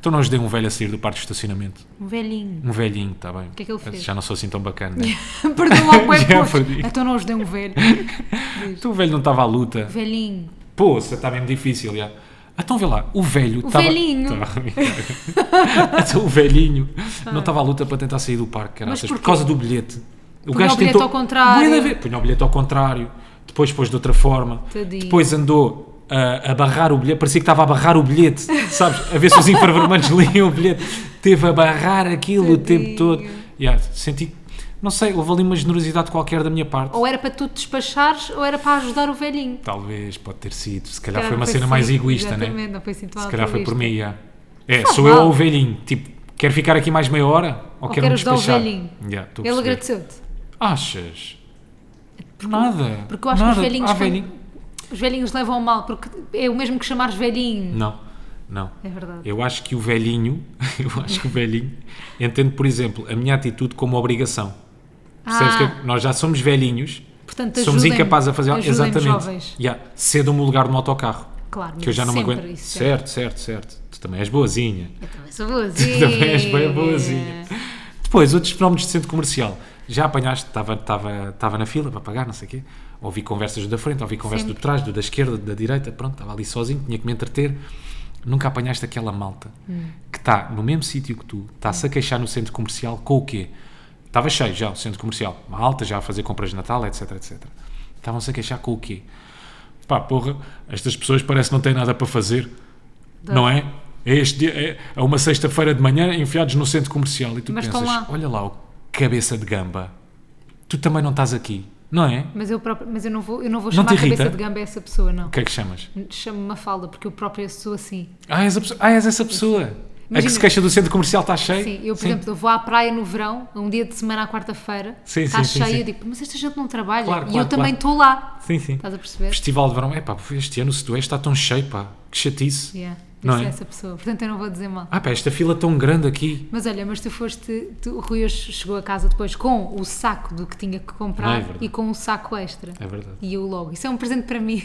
Speaker 2: Então não ajudei um velho a sair do parque de estacionamento.
Speaker 1: um velhinho. <laughs>
Speaker 2: Um velhinho, está bem.
Speaker 1: que é que ele fez?
Speaker 2: Já não sou assim tão bacana. Né?
Speaker 1: <laughs> Perdeu
Speaker 2: <laughs>
Speaker 1: lá o
Speaker 2: Já
Speaker 1: yeah,
Speaker 2: perdi.
Speaker 1: Então não os deu um
Speaker 2: <laughs>
Speaker 1: velho.
Speaker 2: tu, o velho, não estava à luta.
Speaker 1: Velhinho.
Speaker 2: Pô, você está tá mesmo difícil, já. Então vê lá, o velho
Speaker 1: O
Speaker 2: estava.
Speaker 1: velhinho.
Speaker 2: Então, <laughs> o velhinho não estava à luta para tentar sair do parque, caraças, por
Speaker 1: Ah. porquê?
Speaker 2: causa do bilhete. O
Speaker 1: Punha o bilhete ao contrário.
Speaker 2: Bué da vez- Punha o bilhete ao contrário, depois pôs de outra forma,
Speaker 1: Tadinho.
Speaker 2: depois andou. A, a barrar o bilhete, parecia que estava a barrar o bilhete, sabes? A ver se os infravermelhos <laughs> liam o bilhete. Teve a barrar aquilo o tempo
Speaker 1: Tadinho.
Speaker 2: todo. Yeah, senti, não sei, houve ali uma generosidade qualquer da minha parte.
Speaker 1: Ou era para tu te despachares ou era para ajudar o velhinho.
Speaker 2: Talvez, pode ter sido. Se calhar
Speaker 1: Cara,
Speaker 2: foi
Speaker 1: não
Speaker 2: uma cena
Speaker 1: assim-
Speaker 2: mais egoísta, né?
Speaker 1: Exatamente, não foi assim tão
Speaker 2: Se calhar foi por mim, já. É,
Speaker 1: Faz
Speaker 2: sou eu
Speaker 1: mal.
Speaker 2: ou o velhinho? Tipo, quero ficar aqui mais meia hora ou,
Speaker 1: Ou
Speaker 2: quero me
Speaker 1: queres dar o
Speaker 2: despachar?
Speaker 1: velhinho?
Speaker 2: Já, estou a
Speaker 1: Ele
Speaker 2: perceber.
Speaker 1: agradeceu-te.
Speaker 2: Achas? Por nada.
Speaker 1: Porque eu acho
Speaker 2: nada.
Speaker 1: que os velhinhos,
Speaker 2: Ah,
Speaker 1: fan-
Speaker 2: velhinho.
Speaker 1: os velhinhos levam mal, porque é o mesmo que chamares velhinho.
Speaker 2: Não, não.
Speaker 1: É verdade.
Speaker 2: Eu acho que o velhinho, <laughs> eu acho que o velhinho entende, por exemplo, a minha atitude como obrigação. Percebes
Speaker 1: Ah.
Speaker 2: que eu- nós já somos velhinhos,
Speaker 1: Portanto,
Speaker 2: somos
Speaker 1: ajudem-me,
Speaker 2: incapazes a fazer
Speaker 1: ajudem-me,
Speaker 2: Exatamente.
Speaker 1: jovens.
Speaker 2: Yeah. Cedam-me o lugar no autocarro.
Speaker 1: Claro,
Speaker 2: que eu já não me
Speaker 1: sempre
Speaker 2: aguento.
Speaker 1: isso,
Speaker 2: certo, certo, certo. Tu também és boazinha.
Speaker 1: Eu também
Speaker 2: Tu <laughs> também és bem boazinha. Depois, outros fenómenos de centro comercial. Já apanhaste, estava estava estava na fila para pagar, não sei o quê. Ouvi conversas do da frente, ouvi conversas do
Speaker 1: Sempre.
Speaker 2: de trás, do da esquerda, do da direita. Pronto, estava ali sozinho, tinha que me entreter. Nunca apanhaste aquela malta que está no mesmo sítio que tu, está-se a queixar no centro comercial com o quê? Estava cheio já o centro comercial. Malta já a fazer compras de Natal, etc, etc. Estavam-se a queixar com o quê? Pá, porra, estas pessoas parecem que não têm nada para fazer, não é? É, este dia, é, é uma sexta-feira de manhã, enfiados no centro comercial, e tu
Speaker 1: Mas
Speaker 2: pensas,
Speaker 1: estão lá.
Speaker 2: olha lá, o cabeça de gamba, tu também não estás aqui, não é?
Speaker 1: Mas eu, próprio, mas eu não vou, eu não vou
Speaker 2: Não
Speaker 1: chamar
Speaker 2: te
Speaker 1: a cabeça
Speaker 2: irrita?
Speaker 1: de gamba a essa pessoa, não.
Speaker 2: O que é que chamas?
Speaker 1: Chamo-me Mafalda, porque eu própria sou assim.
Speaker 2: Ah, és, a pessoa, ah, és essa pessoa, a que
Speaker 1: Imagina-
Speaker 2: se queixa do centro comercial está cheio?
Speaker 1: Sim, eu, por exemplo, eu vou à praia no verão, um dia de semana à quarta-feira,
Speaker 2: Sim,
Speaker 1: está
Speaker 2: sim, sim,
Speaker 1: cheio,
Speaker 2: sim.
Speaker 1: eu digo, mas esta gente não trabalha,
Speaker 2: Claro,
Speaker 1: e
Speaker 2: claro,
Speaker 1: eu também
Speaker 2: claro.
Speaker 1: estou lá.
Speaker 2: sim, sim.
Speaker 1: Estás a perceber?
Speaker 2: Festival de verão, é pá, este ano o Sudoeste está tão cheio, pá, que chatice.
Speaker 1: Yeah,
Speaker 2: Não
Speaker 1: eu sou
Speaker 2: é?
Speaker 1: essa pessoa, portanto eu não vou dizer mal.
Speaker 2: Ah pá, esta fila tão grande aqui,
Speaker 1: Mas olha, mas tu foste, tu, o Rui hoje chegou a casa depois com o saco do que tinha que
Speaker 2: Não é
Speaker 1: comprar
Speaker 2: verdade.
Speaker 1: e com um saco extra.
Speaker 2: é verdade.
Speaker 1: E eu logo, isso é um presente para mim.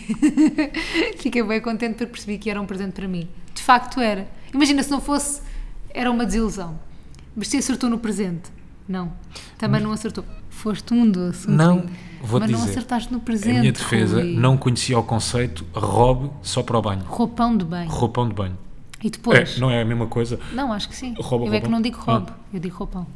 Speaker 1: <laughs> Fiquei bem contente porque percebi que era um presente para mim. De facto era. Imagina se não fosse, era uma desilusão. Mas se acertou no presente. Não. Também não acertou. Foste um doce. um
Speaker 2: Hum. Não,
Speaker 1: querido.
Speaker 2: vou-te
Speaker 1: Mas não
Speaker 2: dizer.
Speaker 1: acertaste no
Speaker 2: Em
Speaker 1: presente.
Speaker 2: É minha defesa,
Speaker 1: Rui.
Speaker 2: não conhecia o conceito robe só para o banho.
Speaker 1: Roupão de bem.
Speaker 2: Roupão de banho.
Speaker 1: E depois?
Speaker 2: É,
Speaker 1: não...
Speaker 2: não é a mesma coisa.
Speaker 1: acho que sim.
Speaker 2: Rouba, Ah.
Speaker 1: eu é
Speaker 2: rouba.
Speaker 1: que não digo roubo, eu digo roupão.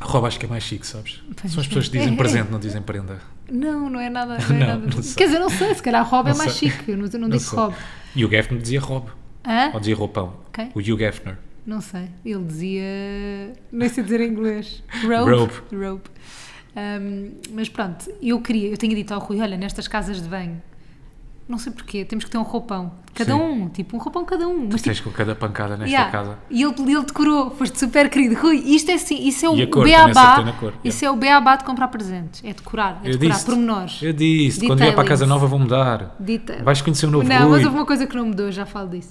Speaker 2: Robe acho que é mais chique, sabes?
Speaker 1: Pois
Speaker 2: São as
Speaker 1: é.
Speaker 2: pessoas que dizem presente, não dizem prenda.
Speaker 1: Não, não é nada. Não é
Speaker 2: <laughs> Não,
Speaker 1: nada.
Speaker 2: não sei.
Speaker 1: Quer dizer, não sei, se calhar Rob é
Speaker 2: Não
Speaker 1: mais
Speaker 2: sei.
Speaker 1: chique. Eu não, eu não
Speaker 2: Não
Speaker 1: digo
Speaker 2: sei.
Speaker 1: Rob.
Speaker 2: E o Hefner dizia robe,
Speaker 1: Hã?
Speaker 2: ou dizia roupão.
Speaker 1: Quem?
Speaker 2: O Hugh Hefner.
Speaker 1: Não sei. Ele dizia. Nem sei dizer em inglês. Rope.
Speaker 2: Rope.
Speaker 1: Rope. Hum, Ahm, mas pronto, eu queria, eu tinha dito ao Rui, olha, nestas casas de banho não sei porquê, temos que ter um roupão. Cada
Speaker 2: Sim.
Speaker 1: um, tipo, um roupão cada um. Mas, tipo,
Speaker 2: Tens com cada pancada nesta
Speaker 1: yeah.
Speaker 2: casa.
Speaker 1: E ele, ele decorou, foste super querido. Rui, isto é assim, isso é o
Speaker 2: E a cor, também
Speaker 1: beabá.
Speaker 2: acertei na cor,
Speaker 1: Isso é o beabá de comprar presentes. É decorar, é decorar
Speaker 2: disse-te.
Speaker 1: pormenores.
Speaker 2: Eu disse, quando vier para a
Speaker 1: Detailings.
Speaker 2: casa nova vou mudar.
Speaker 1: Dita-
Speaker 2: Vais conhecer um novo
Speaker 1: Não,
Speaker 2: Rui.
Speaker 1: mas houve uma coisa que não mudou, já falo
Speaker 2: <laughs>
Speaker 1: disso.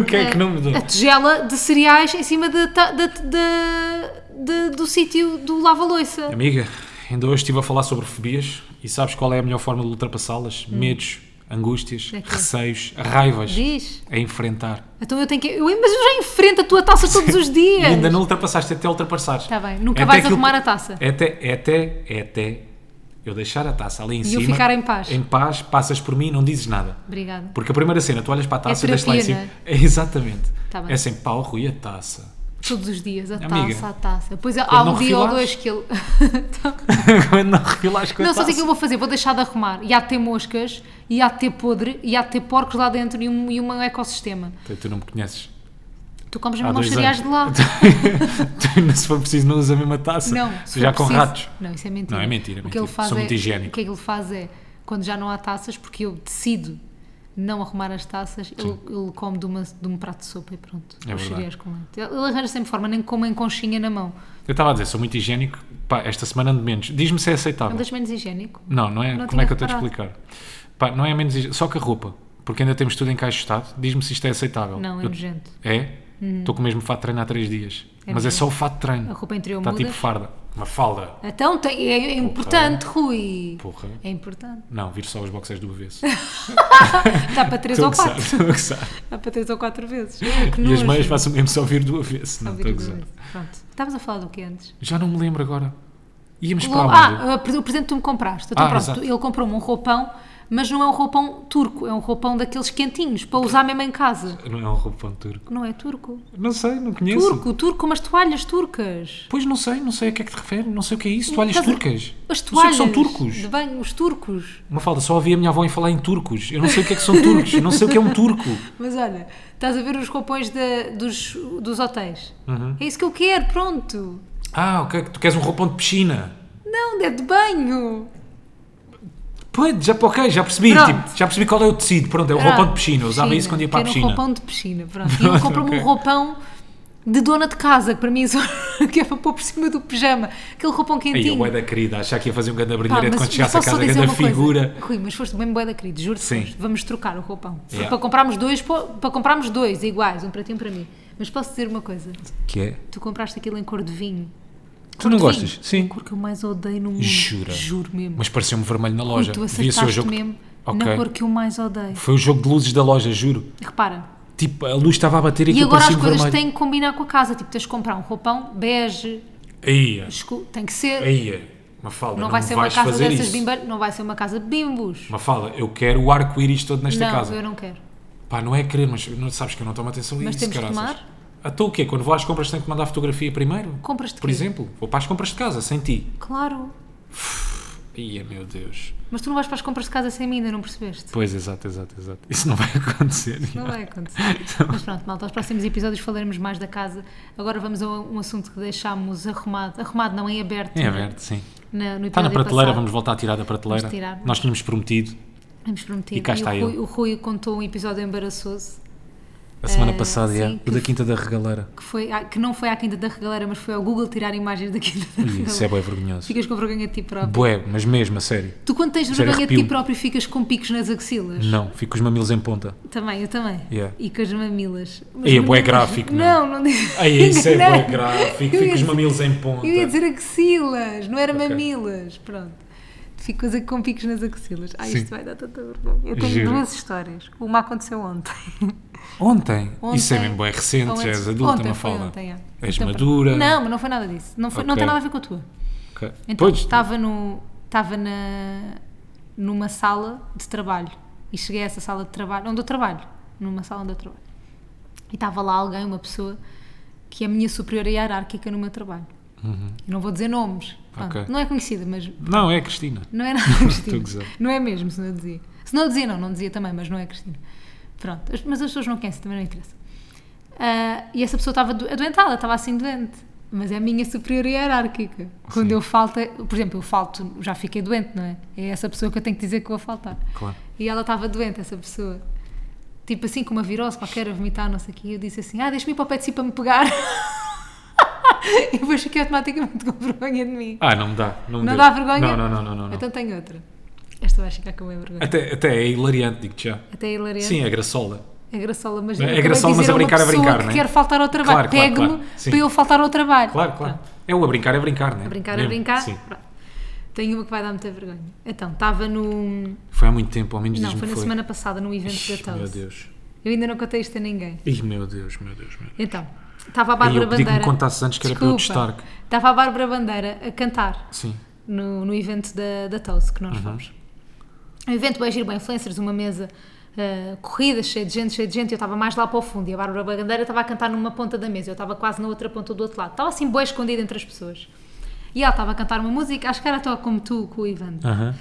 Speaker 2: o que é que
Speaker 1: <laughs>
Speaker 2: não mudou?
Speaker 1: A tigela de cereais em cima da ta- da- da- da- do sítio do lava-loiça.
Speaker 2: Amiga, ainda hoje estive a falar sobre fobias e sabes qual é a melhor forma de ultrapassá-las? Medos, angústias,
Speaker 1: Hum. É que-
Speaker 2: receios, raivas.
Speaker 1: Diz.
Speaker 2: É enfrentar.
Speaker 1: Então eu tenho que. Eu, mas eu já enfrento a tua taça todos os
Speaker 2: E
Speaker 1: dias.
Speaker 2: ainda não ultrapassaste, até ultrapassares.
Speaker 1: Está bem, nunca
Speaker 2: É até
Speaker 1: vais
Speaker 2: que eu-
Speaker 1: arrumar a taça.
Speaker 2: É até, é até, é até eu deixar a taça ali em
Speaker 1: eu
Speaker 2: cima.
Speaker 1: ficar em paz.
Speaker 2: Em paz, passas por mim e não dizes nada.
Speaker 1: Obrigada.
Speaker 2: Porque a primeira cena, tu olhas para a taça e deixas lá em
Speaker 1: terapia,
Speaker 2: cima. É, <laughs> exatamente.
Speaker 1: Tá bem.
Speaker 2: é assim, pau, Rui, a taça. <laughs>
Speaker 1: Todos os dias, a
Speaker 2: Amiga,
Speaker 1: taça, a taça. Depois há
Speaker 2: não
Speaker 1: um dia ou
Speaker 2: refilares?
Speaker 1: dois que ele. <laughs>
Speaker 2: Quando não refilas com a
Speaker 1: não, só
Speaker 2: taça.
Speaker 1: sei o que eu vou fazer, vou deixar de arrumar. E há de ter moscas, e há de ter podre, e há de ter porcos lá dentro e um, e um ecossistema.
Speaker 2: Tu- Tu não me conheces.
Speaker 1: Tu comes
Speaker 2: Há
Speaker 1: mesmo os
Speaker 2: dois
Speaker 1: cereais
Speaker 2: anos.
Speaker 1: de
Speaker 2: <laughs>
Speaker 1: lá.
Speaker 2: Tu, não, se for preciso, não usa a mesma taça.
Speaker 1: Não, se
Speaker 2: Já
Speaker 1: for
Speaker 2: com
Speaker 1: preciso-
Speaker 2: ratos.
Speaker 1: Não, isso é mentira.
Speaker 2: Não, é mentira, é
Speaker 1: O que ele
Speaker 2: mentira.
Speaker 1: faz
Speaker 2: Sou
Speaker 1: é,
Speaker 2: muito higiênico.
Speaker 1: O que ele faz é, quando já não há taças, porque eu decido não arrumar as taças, ele, ele come de, uma- de um prato de sopa e pronto.
Speaker 2: É
Speaker 1: os
Speaker 2: verdade. Tá
Speaker 1: cereais com leite. Ele ele arranja sempre forma, nem come em conchinha na mão.
Speaker 2: Eu estava a dizer, sou muito higiênico. Pá, esta semana ando menos. Diz-me se é
Speaker 1: É um
Speaker 2: aceitável.
Speaker 1: dos menos higiênico.
Speaker 2: Não, não é.
Speaker 1: Não
Speaker 2: como é
Speaker 1: tinha
Speaker 2: que eu tenho de
Speaker 1: reparado.
Speaker 2: explicar? Pá, não é menos. higi- Só que a roupa. Porque ainda temos tudo encaixotado. Diz-me se isto é aceitável.
Speaker 1: Não, é
Speaker 2: Eu-
Speaker 1: nojento.
Speaker 2: É? Estou com o mesmo fato de treino há três dias. Mas é
Speaker 1: nojento.
Speaker 2: só o fato de treino.
Speaker 1: A roupa interior
Speaker 2: Está
Speaker 1: muda.
Speaker 2: tipo farda. Uma falda.
Speaker 1: Então, tem- é, é importante, Rui.
Speaker 2: Porra.
Speaker 1: É importante.
Speaker 2: Não, vir só os boxers do avesso.
Speaker 1: É Dá para três
Speaker 2: <laughs> Estou a
Speaker 1: ou
Speaker 2: gozar,
Speaker 1: quatro.
Speaker 2: estou a gozar.
Speaker 1: Dá para três ou quatro vezes. Ah, <laughs> que
Speaker 2: <laughs> E as
Speaker 1: nojo.
Speaker 2: meias faço mesmo só vir do avesso.
Speaker 1: Só
Speaker 2: Não, estou a
Speaker 1: vira
Speaker 2: gozar.
Speaker 1: duas vezes. Pronto. Estávamos a falar do que antes?
Speaker 2: Já não me lembro agora. Íamos
Speaker 1: Lo-
Speaker 2: para onde?
Speaker 1: ah, o presente que tu me compraste. Então,
Speaker 2: Ah,
Speaker 1: pronto,
Speaker 2: exato.
Speaker 1: ele comprou-me um roupão, mas não é um roupão turco, é um roupão daqueles quentinhos, para usar mesmo em casa.
Speaker 2: Não é um roupão turco.
Speaker 1: Não é turco?
Speaker 2: Não sei, não conheço.
Speaker 1: Turco, turco, umas toalhas turcas.
Speaker 2: Pois não sei, não sei a que é que te refere, não sei o que é isso. Toalhas
Speaker 1: Estás a-
Speaker 2: turcas.
Speaker 1: As
Speaker 2: Não sei o é que
Speaker 1: toalhas.
Speaker 2: são turcos.
Speaker 1: De banho, os turcos.
Speaker 2: Uma falda, só ouvi a minha avó em falar em turcos. Eu não sei o que é que são turcos, eu não sei o que é um turco.
Speaker 1: Mas olha, estás a ver os roupões da- dos, dos hotéis?
Speaker 2: Uhum.
Speaker 1: É isso que eu quero, pronto.
Speaker 2: Ah, ok, tu queres um roupão de piscina.
Speaker 1: Não, é de banho.
Speaker 2: Pois, já, ok, já percebi.
Speaker 1: Pronto. Ah,
Speaker 2: tipo, já percebi qual é o tecido. Pronto, é o
Speaker 1: Pronto,
Speaker 2: roupão de piscina. Eu usava isso quando ia para a
Speaker 1: quero
Speaker 2: piscina.
Speaker 1: um roupão de piscina, pronto. E
Speaker 2: <laughs>
Speaker 1: ele comprou-me
Speaker 2: ok.
Speaker 1: um roupão de dona de casa, que para mim só- <laughs> que é para pôr por cima do pijama. Aquele roupão
Speaker 2: Aí, a
Speaker 1: quentinho.
Speaker 2: boeda querida, achar que ia fazer um grande
Speaker 1: Pá,
Speaker 2: brilharete quando chegasse a
Speaker 1: posso só
Speaker 2: casa,
Speaker 1: dizer
Speaker 2: grande
Speaker 1: uma coisa?
Speaker 2: figura.
Speaker 1: Rui, mas foste bem boeda, querido, juro-te.
Speaker 2: Sim.
Speaker 1: foste. Vamos trocar o roupão. Foi
Speaker 2: Yeah.
Speaker 1: Para comprarmos dois, pô- para comprarmos dois iguais, um para ti e um para mim. Mas posso dizer uma coisa?
Speaker 2: Que é?
Speaker 1: Tu compraste aquilo em cor de vinho.
Speaker 2: Tu não
Speaker 1: de
Speaker 2: gostas?
Speaker 1: vinho.
Speaker 2: Sim.
Speaker 1: A cor que eu mais odeio no mundo.
Speaker 2: Jura?
Speaker 1: Juro mesmo.
Speaker 2: Mas pareceu-me vermelho na
Speaker 1: Rui,
Speaker 2: loja.
Speaker 1: tu
Speaker 2: Devia ser o
Speaker 1: acertaste
Speaker 2: jogo.
Speaker 1: mesmo
Speaker 2: Ok.
Speaker 1: na cor que eu mais odeio.
Speaker 2: Foi o jogo de luzes da loja, juro.
Speaker 1: Repara,
Speaker 2: Tipo, a luz estava a bater e
Speaker 1: E
Speaker 2: aquilo
Speaker 1: agora as
Speaker 2: parecia-me
Speaker 1: coisas
Speaker 2: vermelho.
Speaker 1: têm que combinar com a casa. Tipo, tens de comprar um roupão bege,
Speaker 2: Aí,
Speaker 1: escuro, tem que ser.
Speaker 2: aí, uma falda, não,
Speaker 1: não, vai ser uma
Speaker 2: vais
Speaker 1: casa
Speaker 2: fazer
Speaker 1: dessas
Speaker 2: isso.
Speaker 1: bimba- não vai ser uma casa de bimbos.
Speaker 2: Uma falda, eu quero o arco-íris todo nesta
Speaker 1: não,
Speaker 2: casa.
Speaker 1: eu não quero.
Speaker 2: Pá, não é querer, mas não, sabes que eu não tomo atenção a
Speaker 1: Mas
Speaker 2: isso,
Speaker 1: temos que
Speaker 2: caraças.
Speaker 1: tomar?
Speaker 2: Ah, tu o quê? Quando vou às compras tenho que mandar fotografia primeiro?
Speaker 1: Compras de
Speaker 2: Por
Speaker 1: quê?
Speaker 2: exemplo, vou para as compras de casa, sem ti.
Speaker 1: Claro.
Speaker 2: Ia, meu Deus.
Speaker 1: Mas tu não vais para as compras de casa sem mim, ainda não percebeste?
Speaker 2: Pois, exato, exato, exato. Isso não <laughs> vai acontecer.
Speaker 1: Não vai
Speaker 2: <laughs>
Speaker 1: acontecer. Mas pronto, malta, aos próximos episódios falaremos mais da casa. Agora vamos a um assunto que deixámos arrumado. Arrumado não, em aberto.
Speaker 2: É aberto, sim.
Speaker 1: Na, no
Speaker 2: Está na
Speaker 1: episódio
Speaker 2: prateleira,
Speaker 1: passado.
Speaker 2: vamos voltar a tirar da prateleira.
Speaker 1: Vamos tirar.
Speaker 2: Nós tínhamos prometido,
Speaker 1: Temos prometido.
Speaker 2: E cá está
Speaker 1: o, Rui,
Speaker 2: ele.
Speaker 1: o Rui contou um episódio embaraçoso.
Speaker 2: a semana
Speaker 1: Ah,
Speaker 2: passada, é,
Speaker 1: sim,
Speaker 2: o da Quinta da Regaleira.
Speaker 1: Que, foi, à- que não foi à Quinta da Regalera, mas foi ao Google tirar imagens da Quinta da <laughs>
Speaker 2: Ih,
Speaker 1: Regalera.
Speaker 2: Isso é bem vergonhoso.
Speaker 1: Ficas com vergonha de ti próprio.
Speaker 2: Bué, mas mesmo, a sério.
Speaker 1: Tu quando tens
Speaker 2: Sério,
Speaker 1: vergonha de ti
Speaker 2: arrepio-me.
Speaker 1: próprio ficas com picos nas axilas?
Speaker 2: Não, fico com os mamilos em ponta.
Speaker 1: Também, eu também.
Speaker 2: Yeah.
Speaker 1: E com as mamilas.
Speaker 2: Ei, é
Speaker 1: não-
Speaker 2: bué gráfico, não?
Speaker 1: Não, não diz.
Speaker 2: Aí, isso é
Speaker 1: Não.
Speaker 2: bué gráfico,
Speaker 1: Eu
Speaker 2: fico
Speaker 1: ia
Speaker 2: com os
Speaker 1: dizer-
Speaker 2: mamilos em ponta.
Speaker 1: Eu ia dizer axilas, não era
Speaker 2: Ok.
Speaker 1: mamilas. Pronto. Fico coisa com picos nas axilas. Ai,
Speaker 2: Sim.
Speaker 1: isto vai dar tanta vergonha. Eu tenho
Speaker 2: Juro.
Speaker 1: duas histórias. Uma aconteceu ontem.
Speaker 2: Ontem.
Speaker 1: Ontem-
Speaker 2: <laughs> Isso é bem bué recente,
Speaker 1: Ou
Speaker 2: já és
Speaker 1: antes-
Speaker 2: adulta,
Speaker 1: ontem, foi
Speaker 2: Mafalda.
Speaker 1: ontem, é.
Speaker 2: És
Speaker 1: Então,
Speaker 2: madura.
Speaker 1: Não, mas não foi nada disso. Não, foi, não
Speaker 2: Ok.
Speaker 1: tem nada a ver com a tua.
Speaker 2: Ok.
Speaker 1: Então,
Speaker 2: pois,
Speaker 1: estava no estava na numa sala de trabalho e cheguei a essa sala de trabalho, onde eu trabalho, numa sala onde eu trabalho. E estava lá alguém, uma pessoa que é a minha superior hierárquica no meu trabalho. Eu não vou dizer nomes. Pronto,
Speaker 2: Ok.
Speaker 1: Não é conhecida, mas
Speaker 2: Uhum. Não, é a Cristina.
Speaker 1: não
Speaker 2: <laughs>
Speaker 1: é nada Cristina.
Speaker 2: Estou a gozar.
Speaker 1: Não é mesmo, se não dizia. Se não dizia, não, não dizia também, mas não é Cristina. Pronto, as- mas as pessoas não conhecem, também não interessa. Ah, e essa pessoa estava do- adoentada, estava assim doente. Mas é a minha superior hierárquica. Quando eu falto, por exemplo, eu falto, já fiquei doente, não é? É essa pessoa que eu tenho que dizer que vou faltar.
Speaker 2: Claro.
Speaker 1: E ela estava doente, essa pessoa. Tipo assim, com uma virose qualquer, a vomitar, não sei o quê. E eu disse assim: Ah, deixa-me ir para o pé de si para me pegar. <laughs> e depois fiquei automaticamente com vergonha de mim.
Speaker 2: Ah, não me dá. Não, me
Speaker 1: Não
Speaker 2: deu.
Speaker 1: dá vergonha?
Speaker 2: Não, não, não, não. não, não.
Speaker 1: Então tenho outra. Esta vai ficar com a minha vergonha.
Speaker 2: <laughs> Até, até é hilariante, digo-te já.
Speaker 1: Até é hilariante.
Speaker 2: Sim, é graçola.
Speaker 1: É graçola, mas
Speaker 2: É
Speaker 1: eu acabei de
Speaker 2: graçola, mas
Speaker 1: dizer
Speaker 2: a brincar, a
Speaker 1: uma pessoa
Speaker 2: brincar,
Speaker 1: que
Speaker 2: né?
Speaker 1: quer faltar ao trabalho.
Speaker 2: Claro, claro,
Speaker 1: Pegue-me
Speaker 2: claro. Sim.
Speaker 1: para eu faltar ao trabalho.
Speaker 2: Claro, claro. É o a brincar, é brincar, né?
Speaker 1: Tá. A brincar, a
Speaker 2: Mesmo,
Speaker 1: brincar.
Speaker 2: Sim.
Speaker 1: Pronto. Tenho uma que vai dar muita vergonha. Então, estava no.
Speaker 2: Foi há muito tempo, ao menos
Speaker 1: Não,
Speaker 2: diz-me
Speaker 1: foi
Speaker 2: que
Speaker 1: na
Speaker 2: foi.
Speaker 1: semana passada, num evento
Speaker 2: Ixi,
Speaker 1: da
Speaker 2: Meu
Speaker 1: Toast.
Speaker 2: Deus.
Speaker 1: Eu ainda não contei isto a ninguém.
Speaker 2: Ih, meu Deus, meu Deus, meu Deus.
Speaker 1: Então, estava a
Speaker 2: Aí
Speaker 1: Bárbara
Speaker 2: eu pedi que me
Speaker 1: Bandeira.
Speaker 2: contasses antes que era para eu
Speaker 1: Desculpa.
Speaker 2: testar.
Speaker 1: Estava a Bárbara Bandeira a cantar
Speaker 2: Sim.
Speaker 1: no, no evento da, da Toast que nós
Speaker 2: Uhum.
Speaker 1: fomos. Um evento bem giro, bem influencers, uma mesa ah, corrida, cheia de gente, cheia de gente. e Eu estava mais lá para o fundo e a Bárbara Bandeira estava a cantar numa ponta da mesa. Eu estava quase na outra ponta do outro lado. Estava assim, boa escondida entre as pessoas. E ela estava a cantar uma música, acho que era a Toa Como Tu, com o Ivan.
Speaker 2: Aham.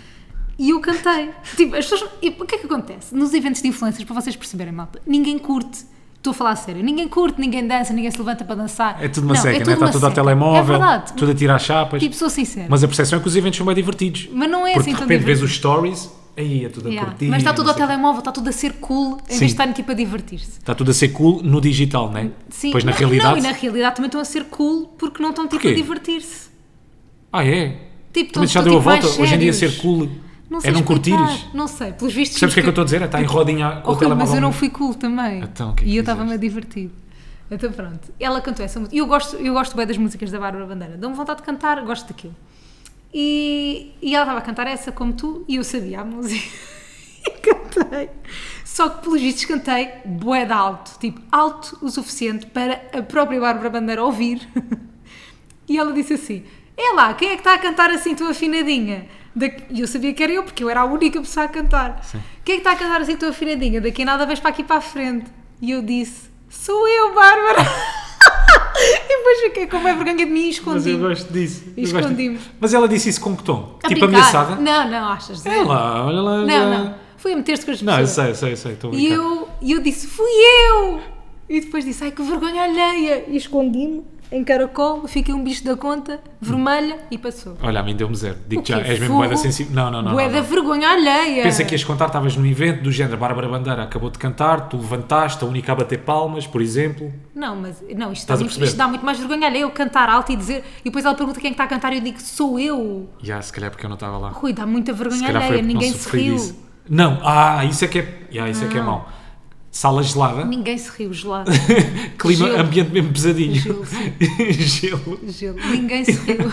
Speaker 1: E eu
Speaker 2: <laughs>
Speaker 1: cantei. Tipo, as pessoas. e o que é que acontece? Nos eventos de influencers, para vocês perceberem, malta, ninguém curte. Estou a falar a sério. Ninguém curte, ninguém dança, ninguém se levanta para dançar.
Speaker 2: É tudo uma
Speaker 1: Não,
Speaker 2: seca,
Speaker 1: tudo
Speaker 2: né? Está
Speaker 1: uma
Speaker 2: tudo ao
Speaker 1: seca.
Speaker 2: telemóvel,
Speaker 1: É verdade.
Speaker 2: tudo a tirar chapas.
Speaker 1: Tipo, sou sincera. Mas,
Speaker 2: Mas a percepção é que os eventos são bem divertidos.
Speaker 1: não é
Speaker 2: Porque
Speaker 1: assim
Speaker 2: de
Speaker 1: tão
Speaker 2: repente vês
Speaker 1: divertido.
Speaker 2: os stories, aí é tudo a
Speaker 1: Yeah.
Speaker 2: curtir.
Speaker 1: Mas está tudo
Speaker 2: não
Speaker 1: ao
Speaker 2: sei o quê.
Speaker 1: telemóvel, está tudo a ser cool, em vez
Speaker 2: Sim.
Speaker 1: de estarem tipo a divertir-se.
Speaker 2: Está tudo a ser cool no digital, né?
Speaker 1: Sim,
Speaker 2: Pois na
Speaker 1: não,
Speaker 2: realidade.
Speaker 1: Não, e na realidade também estão a ser cool porque não estão tipo
Speaker 2: Porquê?
Speaker 1: a divertir-se.
Speaker 2: Ah, é?
Speaker 1: Tipo, estão
Speaker 2: Também já
Speaker 1: estão,
Speaker 2: deu a
Speaker 1: tipo, mais
Speaker 2: volta. Hoje em dia
Speaker 1: sérios.
Speaker 2: ser cool
Speaker 1: Não sei
Speaker 2: é não
Speaker 1: explicar,
Speaker 2: curtires.
Speaker 1: Não sei, pelos vistos.
Speaker 2: Sabes o que é que eu estou a dizer?
Speaker 1: <laughs>
Speaker 2: Está em rodinha com
Speaker 1: Oh,
Speaker 2: o
Speaker 1: Rui,
Speaker 2: telemóvel.
Speaker 1: mas eu não
Speaker 2: no-
Speaker 1: fui cool também.
Speaker 2: Então, o que é que
Speaker 1: e eu
Speaker 2: fizeste?
Speaker 1: estava-me a divertir. Então pronto. Ela cantou essa música. Eu gosto, eu gosto bem das músicas da Bárbara Bandeira. Dão-me vontade de cantar, gosto daquilo. E, e ela estava a cantar essa como tu e eu sabia a música. e <laughs> cantei. Só que pelos vistos cantei bué de alto. Tipo, alto o suficiente para a própria Bárbara Bandeira ouvir. <laughs> e ela disse assim, é lá, quem é que está a cantar assim tão afinadinha? Da- E eu sabia que era eu, porque eu era a única pessoa a cantar. Quem é que está a cantar assim tão afinadinha? Daqui a nada vais para aqui para a frente. E eu disse, sou eu, Bárbara. <laughs> e depois fiquei com uma vergonha de mim e
Speaker 2: Mas eu
Speaker 1: escondi.
Speaker 2: gosto disso. eu gosto
Speaker 1: Escondi-me.
Speaker 2: disso. Mas ela disse isso com que tom?
Speaker 1: A
Speaker 2: tipo
Speaker 1: brincar.
Speaker 2: ameaçada?
Speaker 1: Não, não, achas?
Speaker 2: Olha lá, olha lá. já-
Speaker 1: Não, não. Fui a meter-se com as pessoas.
Speaker 2: Não, eu sei, eu sei, eu sei. Estou a
Speaker 1: E
Speaker 2: brincar.
Speaker 1: eu, e eu disse, fui eu! E depois disse, ai que vergonha alheia! E escondi-me em caracol, fiquei um bicho da conta, vermelha, e passou.
Speaker 2: Olha, a mim deu-me zero.
Speaker 1: O
Speaker 2: Digo
Speaker 1: quê?
Speaker 2: já, és mesmo
Speaker 1: Fogo?
Speaker 2: boeda sensível. Não, não, não.
Speaker 1: Bué
Speaker 2: não,
Speaker 1: da
Speaker 2: não.
Speaker 1: vergonha alheia!
Speaker 2: Pensa que ias contar, estavas num evento do género. A Bárbara Bandeira acabou de cantar, tu levantaste, a única a bater palmas, por exemplo.
Speaker 1: Não, mas não, isto,
Speaker 2: a
Speaker 1: dá muito,
Speaker 2: perceber?
Speaker 1: isto dá muito mais vergonha alheia eu cantar alto e dizer. E depois ela pergunta quem é que está a cantar e eu digo, sou eu!
Speaker 2: Já, se calhar porque eu não estava lá.
Speaker 1: Rui, dá muita
Speaker 2: Se
Speaker 1: vergonha
Speaker 2: calhar
Speaker 1: alheia,
Speaker 2: porque não
Speaker 1: ninguém Ah. se
Speaker 2: sofri
Speaker 1: riu.
Speaker 2: disso. Não, ah, isso é que é, já, isso é, que é mau. Sala gelada,
Speaker 1: Ninguém se riu, gelado.
Speaker 2: <laughs> clima,
Speaker 1: Gelo.
Speaker 2: ambiente mesmo pesadinho.
Speaker 1: Gelo,
Speaker 2: <laughs> Gelo.
Speaker 1: Gelo. Ninguém se riu.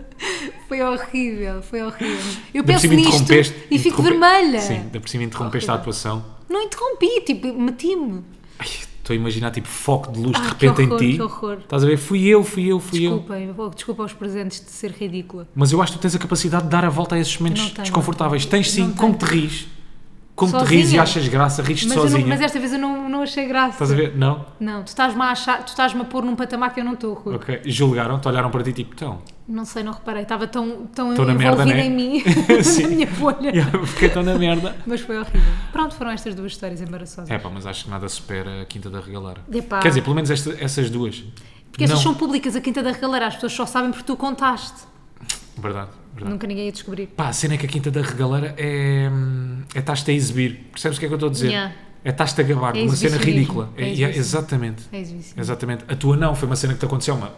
Speaker 1: <laughs> foi horrível, foi horrível. Eu
Speaker 2: Ainda por
Speaker 1: penso
Speaker 2: cima
Speaker 1: nisto
Speaker 2: interrompeste-
Speaker 1: e fico
Speaker 2: interrompe-
Speaker 1: vermelha.
Speaker 2: Sim, ainda por cima interrompeste a atuação.
Speaker 1: Não interrompi, tipo, meti-me.
Speaker 2: Ai, Estou a imaginar tipo foco de luz de
Speaker 1: Ah,
Speaker 2: repente
Speaker 1: que horror,
Speaker 2: em ti.
Speaker 1: que horror.
Speaker 2: Estás a ver? Fui eu, fui eu, fui eu.
Speaker 1: Desculpem, oh, desculpa aos presentes de ser ridícula.
Speaker 2: Mas eu acho que tu tens a capacidade de dar a volta a esses momentos
Speaker 1: Não tenho.
Speaker 2: desconfortáveis. Tens sim,
Speaker 1: Não
Speaker 2: como te rires. Como te rires e
Speaker 1: Sozinha?
Speaker 2: achas graça, rires-te
Speaker 1: Mas, eu
Speaker 2: sozinha.
Speaker 1: não, mas é- esta vez eu não, não achei graça.
Speaker 2: Estás a ver? Não?
Speaker 1: Não, tu estás-me a achar, tu estás-me a pôr num patamar que eu não estou, Rui.
Speaker 2: Ok. Julgaram-te, olharam para ti tipo,
Speaker 1: <laughs>
Speaker 2: então. <laughs>
Speaker 1: Não sei, não reparei. Estava tão, tão
Speaker 2: Estou na
Speaker 1: envolvida
Speaker 2: merda, né?
Speaker 1: em
Speaker 2: <laughs>
Speaker 1: mim, <laughs>
Speaker 2: Sim.
Speaker 1: na minha bolha.
Speaker 2: Porque estão na merda.
Speaker 1: Mas foi horrível. Pronto, foram estas duas histórias embaraçosas.
Speaker 2: É pá, mas acho que nada supera a Quinta da Regaleira.
Speaker 1: Epá.
Speaker 2: Quer dizer, pelo menos esta- essas duas.
Speaker 1: Porque estas
Speaker 2: Não.
Speaker 1: são públicas, a Quinta da Regaleira, as pessoas só sabem porque tu contaste.
Speaker 2: Verdade, verdade.
Speaker 1: Nunca ninguém ia descobrir.
Speaker 2: Pá, a cena é que a Quinta da Regaleira é. hum, É estás-te a exibir. Percebes o que é que eu estou a dizer?
Speaker 1: Yeah.
Speaker 2: É estás-te a gabar.
Speaker 1: É
Speaker 2: uma cena
Speaker 1: exibicionismo.
Speaker 2: ridícula.
Speaker 1: É
Speaker 2: É-
Speaker 1: exibicionismo.
Speaker 2: exatamente.
Speaker 1: É isso, isso.
Speaker 2: Exatamente. A tua não foi uma cena que te aconteceu, uma.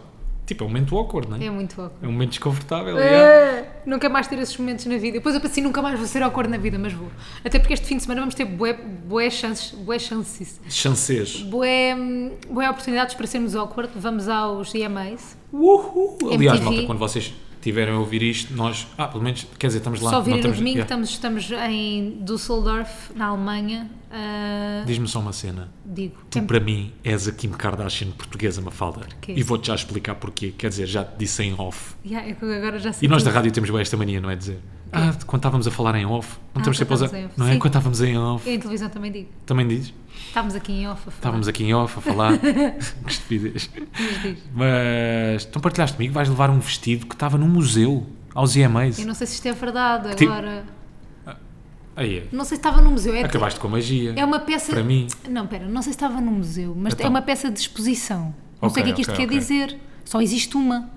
Speaker 2: Tipo, é um momento awkward, não é?
Speaker 1: É muito awkward.
Speaker 2: É um momento desconfortável. yeah.
Speaker 1: É. Nunca mais ter esses momentos na vida. Depois eu pensei, nunca mais vou ser ao cor na vida, mas vou. Até porque este fim de semana vamos ter bué, bué chances, bué chances,
Speaker 2: Chancês.
Speaker 1: bué, hum, bué oportunidades para sermos awkward. Vamos aos EMAs.
Speaker 2: Uhul. Aliás,
Speaker 1: MTV.
Speaker 2: malta, quando vocês tiverem a ouvir isto, nós. Ah, pelo menos, quer dizer, estamos lá.
Speaker 1: Só virem no
Speaker 2: estamos-
Speaker 1: domingo,
Speaker 2: yeah.
Speaker 1: estamos, estamos em Düsseldorf, na Alemanha. Ah,
Speaker 2: Diz-me só uma cena.
Speaker 1: digo,
Speaker 2: Tu,
Speaker 1: em-
Speaker 2: para mim, és a Kim Kardashian portuguesa, Mafalda.
Speaker 1: Porquê?
Speaker 2: E vou-te já explicar porquê. Quer dizer, já te disse em off.
Speaker 1: Yeah, é que agora já
Speaker 2: E
Speaker 1: sei
Speaker 2: nós da
Speaker 1: tudo.
Speaker 2: rádio temos bem esta mania, não é? Dizer, ah, quando estávamos a falar em off, não temos sempre a
Speaker 1: Ah, quando
Speaker 2: usar.
Speaker 1: estávamos em off,
Speaker 2: Não é?
Speaker 1: sim.
Speaker 2: Quando estávamos em off,
Speaker 1: Eu em televisão também digo.
Speaker 2: também diz.
Speaker 1: Estávamos aqui em off a falar.
Speaker 2: Estávamos aqui em off a falar. <laughs> que estupidez.
Speaker 1: Mas diz.
Speaker 2: Mas, então partilhaste comigo, vais levar um vestido que estava num museu, aos EMAs.
Speaker 1: Eu não sei se isto é verdade
Speaker 2: tipo-
Speaker 1: agora.
Speaker 2: Aí é.
Speaker 1: Não sei se estava num museu. É,
Speaker 2: Acabaste com a magia.
Speaker 1: é uma peça.
Speaker 2: Para mim.
Speaker 1: Não, pera, não sei se estava num museu, mas
Speaker 2: Então.
Speaker 1: é uma peça de exposição. Não sei o
Speaker 2: Ok,
Speaker 1: que é que isto
Speaker 2: ok,
Speaker 1: quer
Speaker 2: ok.
Speaker 1: dizer. Só existe uma.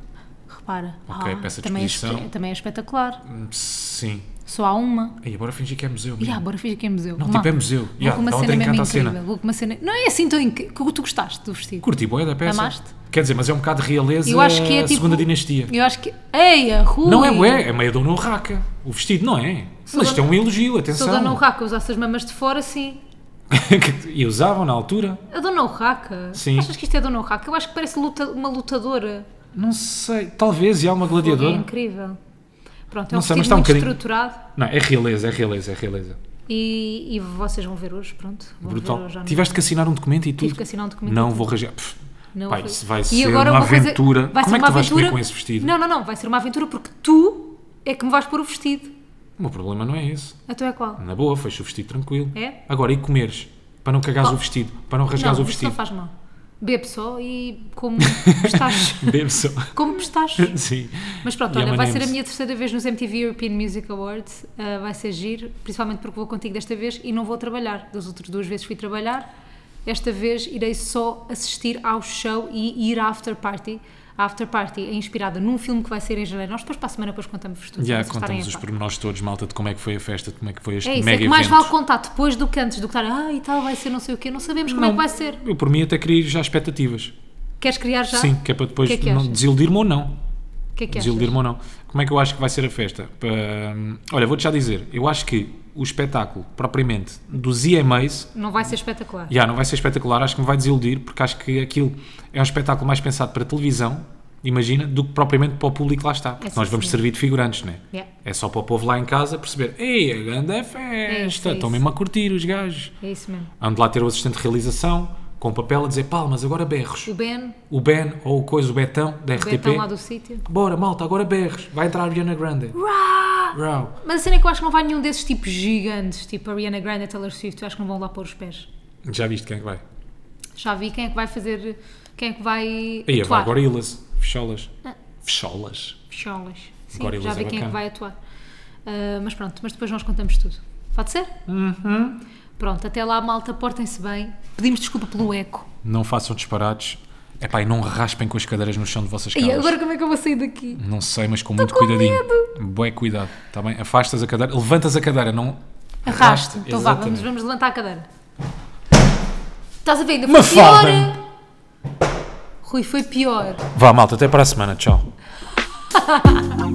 Speaker 1: Repara.
Speaker 2: Ok, peça de
Speaker 1: também é
Speaker 2: exposição.
Speaker 1: espe- também é espetacular.
Speaker 2: hum, Sim.
Speaker 1: Só há uma.
Speaker 2: Aí agora fingir que é museu.
Speaker 1: E
Speaker 2: mesmo.
Speaker 1: agora fiz aqui em museu.
Speaker 2: Não,
Speaker 1: Uma-
Speaker 2: tipo, é museu.
Speaker 1: Vou
Speaker 2: Yeah,
Speaker 1: com uma
Speaker 2: dá um
Speaker 1: cena
Speaker 2: trinquete
Speaker 1: mesmo
Speaker 2: à cena.
Speaker 1: incrível. Vou com uma cena... Não é assim tão incrível. Tu gostaste do vestido?
Speaker 2: Curti boa da peça.
Speaker 1: Amaste?
Speaker 2: Quer dizer, mas é um bocado realeza
Speaker 1: Eu acho que é tipo...
Speaker 2: segunda dinastia.
Speaker 1: Eu acho que... Eia, Rui!
Speaker 2: Não é bué, é meio dona Urraca. O vestido não é.
Speaker 1: Sou
Speaker 2: mas isto é
Speaker 1: dona-
Speaker 2: um elogio,
Speaker 1: Se a
Speaker 2: atenção.
Speaker 1: Dona Urraca usasse as mamas de fora, sim.
Speaker 2: <laughs> e usavam na altura?
Speaker 1: A Dona Urraca?
Speaker 2: Sim.
Speaker 1: Achas que isto é a Dona Urraca? Eu acho que parece luta- uma lutadora.
Speaker 2: Não sei. Talvez, e há uma
Speaker 1: É
Speaker 2: gladiadora.
Speaker 1: incrível. Pronto, é um
Speaker 2: Não sei,
Speaker 1: vestido
Speaker 2: mas está um
Speaker 1: muito
Speaker 2: bocadinho-
Speaker 1: estruturado
Speaker 2: Não, é realeza, é realeza, é realeza.
Speaker 1: e, e vocês vão ver hoje, pronto. Vão Ver
Speaker 2: Brutal.
Speaker 1: hoje à noite.
Speaker 2: Tiveste que assinar um documento e tudo.
Speaker 1: Tive que assinar um documento
Speaker 2: Não
Speaker 1: e
Speaker 2: vou reagir. Pff,
Speaker 1: Não
Speaker 2: Pai,
Speaker 1: foi-
Speaker 2: isso vai
Speaker 1: E
Speaker 2: ser
Speaker 1: agora
Speaker 2: uma
Speaker 1: vou fazer-
Speaker 2: aventura.
Speaker 1: vai
Speaker 2: Como
Speaker 1: ser
Speaker 2: é que
Speaker 1: uma
Speaker 2: tu vais comer
Speaker 1: aventura-
Speaker 2: com esse vestido?
Speaker 1: Não, não, não. Vai ser uma aventura porque tu é que me vais pôr o vestido.
Speaker 2: O meu problema não é esse.
Speaker 1: A tua é qual?
Speaker 2: Na boa, fecha o vestido tranquilo.
Speaker 1: É?
Speaker 2: Agora, e comeres? Para não cagares
Speaker 1: Oh.
Speaker 2: o vestido, para não rasgares
Speaker 1: não,
Speaker 2: o
Speaker 1: isto não
Speaker 2: vestido.
Speaker 1: faz mal. Bebe só e
Speaker 2: <laughs>
Speaker 1: como pistachos.
Speaker 2: Bebe só.
Speaker 1: como
Speaker 2: <laughs>
Speaker 1: pistachos.
Speaker 2: Sim.
Speaker 1: Mas pronto,
Speaker 2: E
Speaker 1: olha, vai ser a
Speaker 2: M&Ms.
Speaker 1: minha terceira vez nos MTV European Music Awards. Ah, vai ser giro, principalmente porque vou contigo desta vez e não vou trabalhar. Das outras duas vezes fui trabalhar. Esta vez irei só assistir ao show e ir à after party. A after party é inspirada num filme que vai ser em janeiro. Nós depois para a semana depois contamos-vos tudo.
Speaker 2: Já
Speaker 1: para vocês estarem
Speaker 2: contamos
Speaker 1: a
Speaker 2: os
Speaker 1: par.
Speaker 2: pormenores todos, malta, de como é que foi a festa, de como é que foi este
Speaker 1: É isso,
Speaker 2: mega
Speaker 1: é que mais
Speaker 2: evento.
Speaker 1: vale contar depois do que antes, do que estar, ah, e tal, vai ser não sei o quê, não sabemos como é
Speaker 2: Não,
Speaker 1: que vai ser.
Speaker 2: Eu, por mim, até queria ir já às expectativas.
Speaker 1: Queres criar já?
Speaker 2: Sim, que é para depois
Speaker 1: Que é que
Speaker 2: não-
Speaker 1: achas?
Speaker 2: desiludir-me ou não.
Speaker 1: O que é que achas?
Speaker 2: Desiludir-me ou não. Como é que eu acho que vai ser a festa? Pa- Olha, vou-te já dizer, eu acho que o espetáculo, propriamente, dos EMAs,
Speaker 1: Não vai ser espetacular.
Speaker 2: Já, não vai ser espetacular, acho que me vai desiludir, porque acho que aquilo é um espetáculo mais pensado para televisão, imagina, do que propriamente para o público lá está. Porque
Speaker 1: sim,
Speaker 2: nós vamos
Speaker 1: sim.
Speaker 2: servir de figurantes, não é?
Speaker 1: Yeah.
Speaker 2: É só para o povo lá em casa perceber, ei, a grande é festa,
Speaker 1: É isso, é
Speaker 2: estão
Speaker 1: isso.
Speaker 2: mesmo a curtir os gajos.
Speaker 1: É isso mesmo.
Speaker 2: Ando lá ter o assistente de realização, com o papel a dizer palmas, agora berros.
Speaker 1: O Ben,
Speaker 2: O Ben ou o coisa, o Betão, da
Speaker 1: o
Speaker 2: RTP.
Speaker 1: Betão lá do sítio.
Speaker 2: Bora, malta, agora berros. Vai entrar a Ariana Grande. Rau.
Speaker 1: Mas a cena é que eu acho que não vai nenhum desses tipos gigantes, tipo a Ariana Grande, a Taylor Swift, eu acho que não vão lá pôr os pés.
Speaker 2: Já viste quem é que vai?
Speaker 1: Já vi quem é que vai fazer, quem é que vai
Speaker 2: Aí, vai
Speaker 1: atuar.
Speaker 2: Gorilas, fecholas.
Speaker 1: Ah.
Speaker 2: Fecholas.
Speaker 1: Fecholas. Sim,
Speaker 2: Gorillaz
Speaker 1: já
Speaker 2: é
Speaker 1: vi quem é que
Speaker 2: bacana.
Speaker 1: vai atuar. Ah, mas pronto, mas depois nós contamos tudo. Pode ser? Uhum. Pronto, até lá, malta, portem-se bem. Pedimos desculpa pelo eco.
Speaker 2: Não façam disparates. Epá, e não raspem com as cadeiras no chão de vossas
Speaker 1: E
Speaker 2: casas.
Speaker 1: agora como é que eu vou sair daqui?
Speaker 2: Não sei, mas com muito
Speaker 1: com
Speaker 2: cuidadinho. Bué cuidado, tá bem? Afastas a cadeira, levantas a cadeira, não...
Speaker 1: Arrasto. Então vá, vamos,
Speaker 2: Exatamente.
Speaker 1: vamos levantar a cadeira. Estás a ver? Ainda foi
Speaker 2: Mafalda!
Speaker 1: pior! Rui, foi pior.
Speaker 2: Vá, malta, até para a semana. Tchau.
Speaker 3: I'm Então,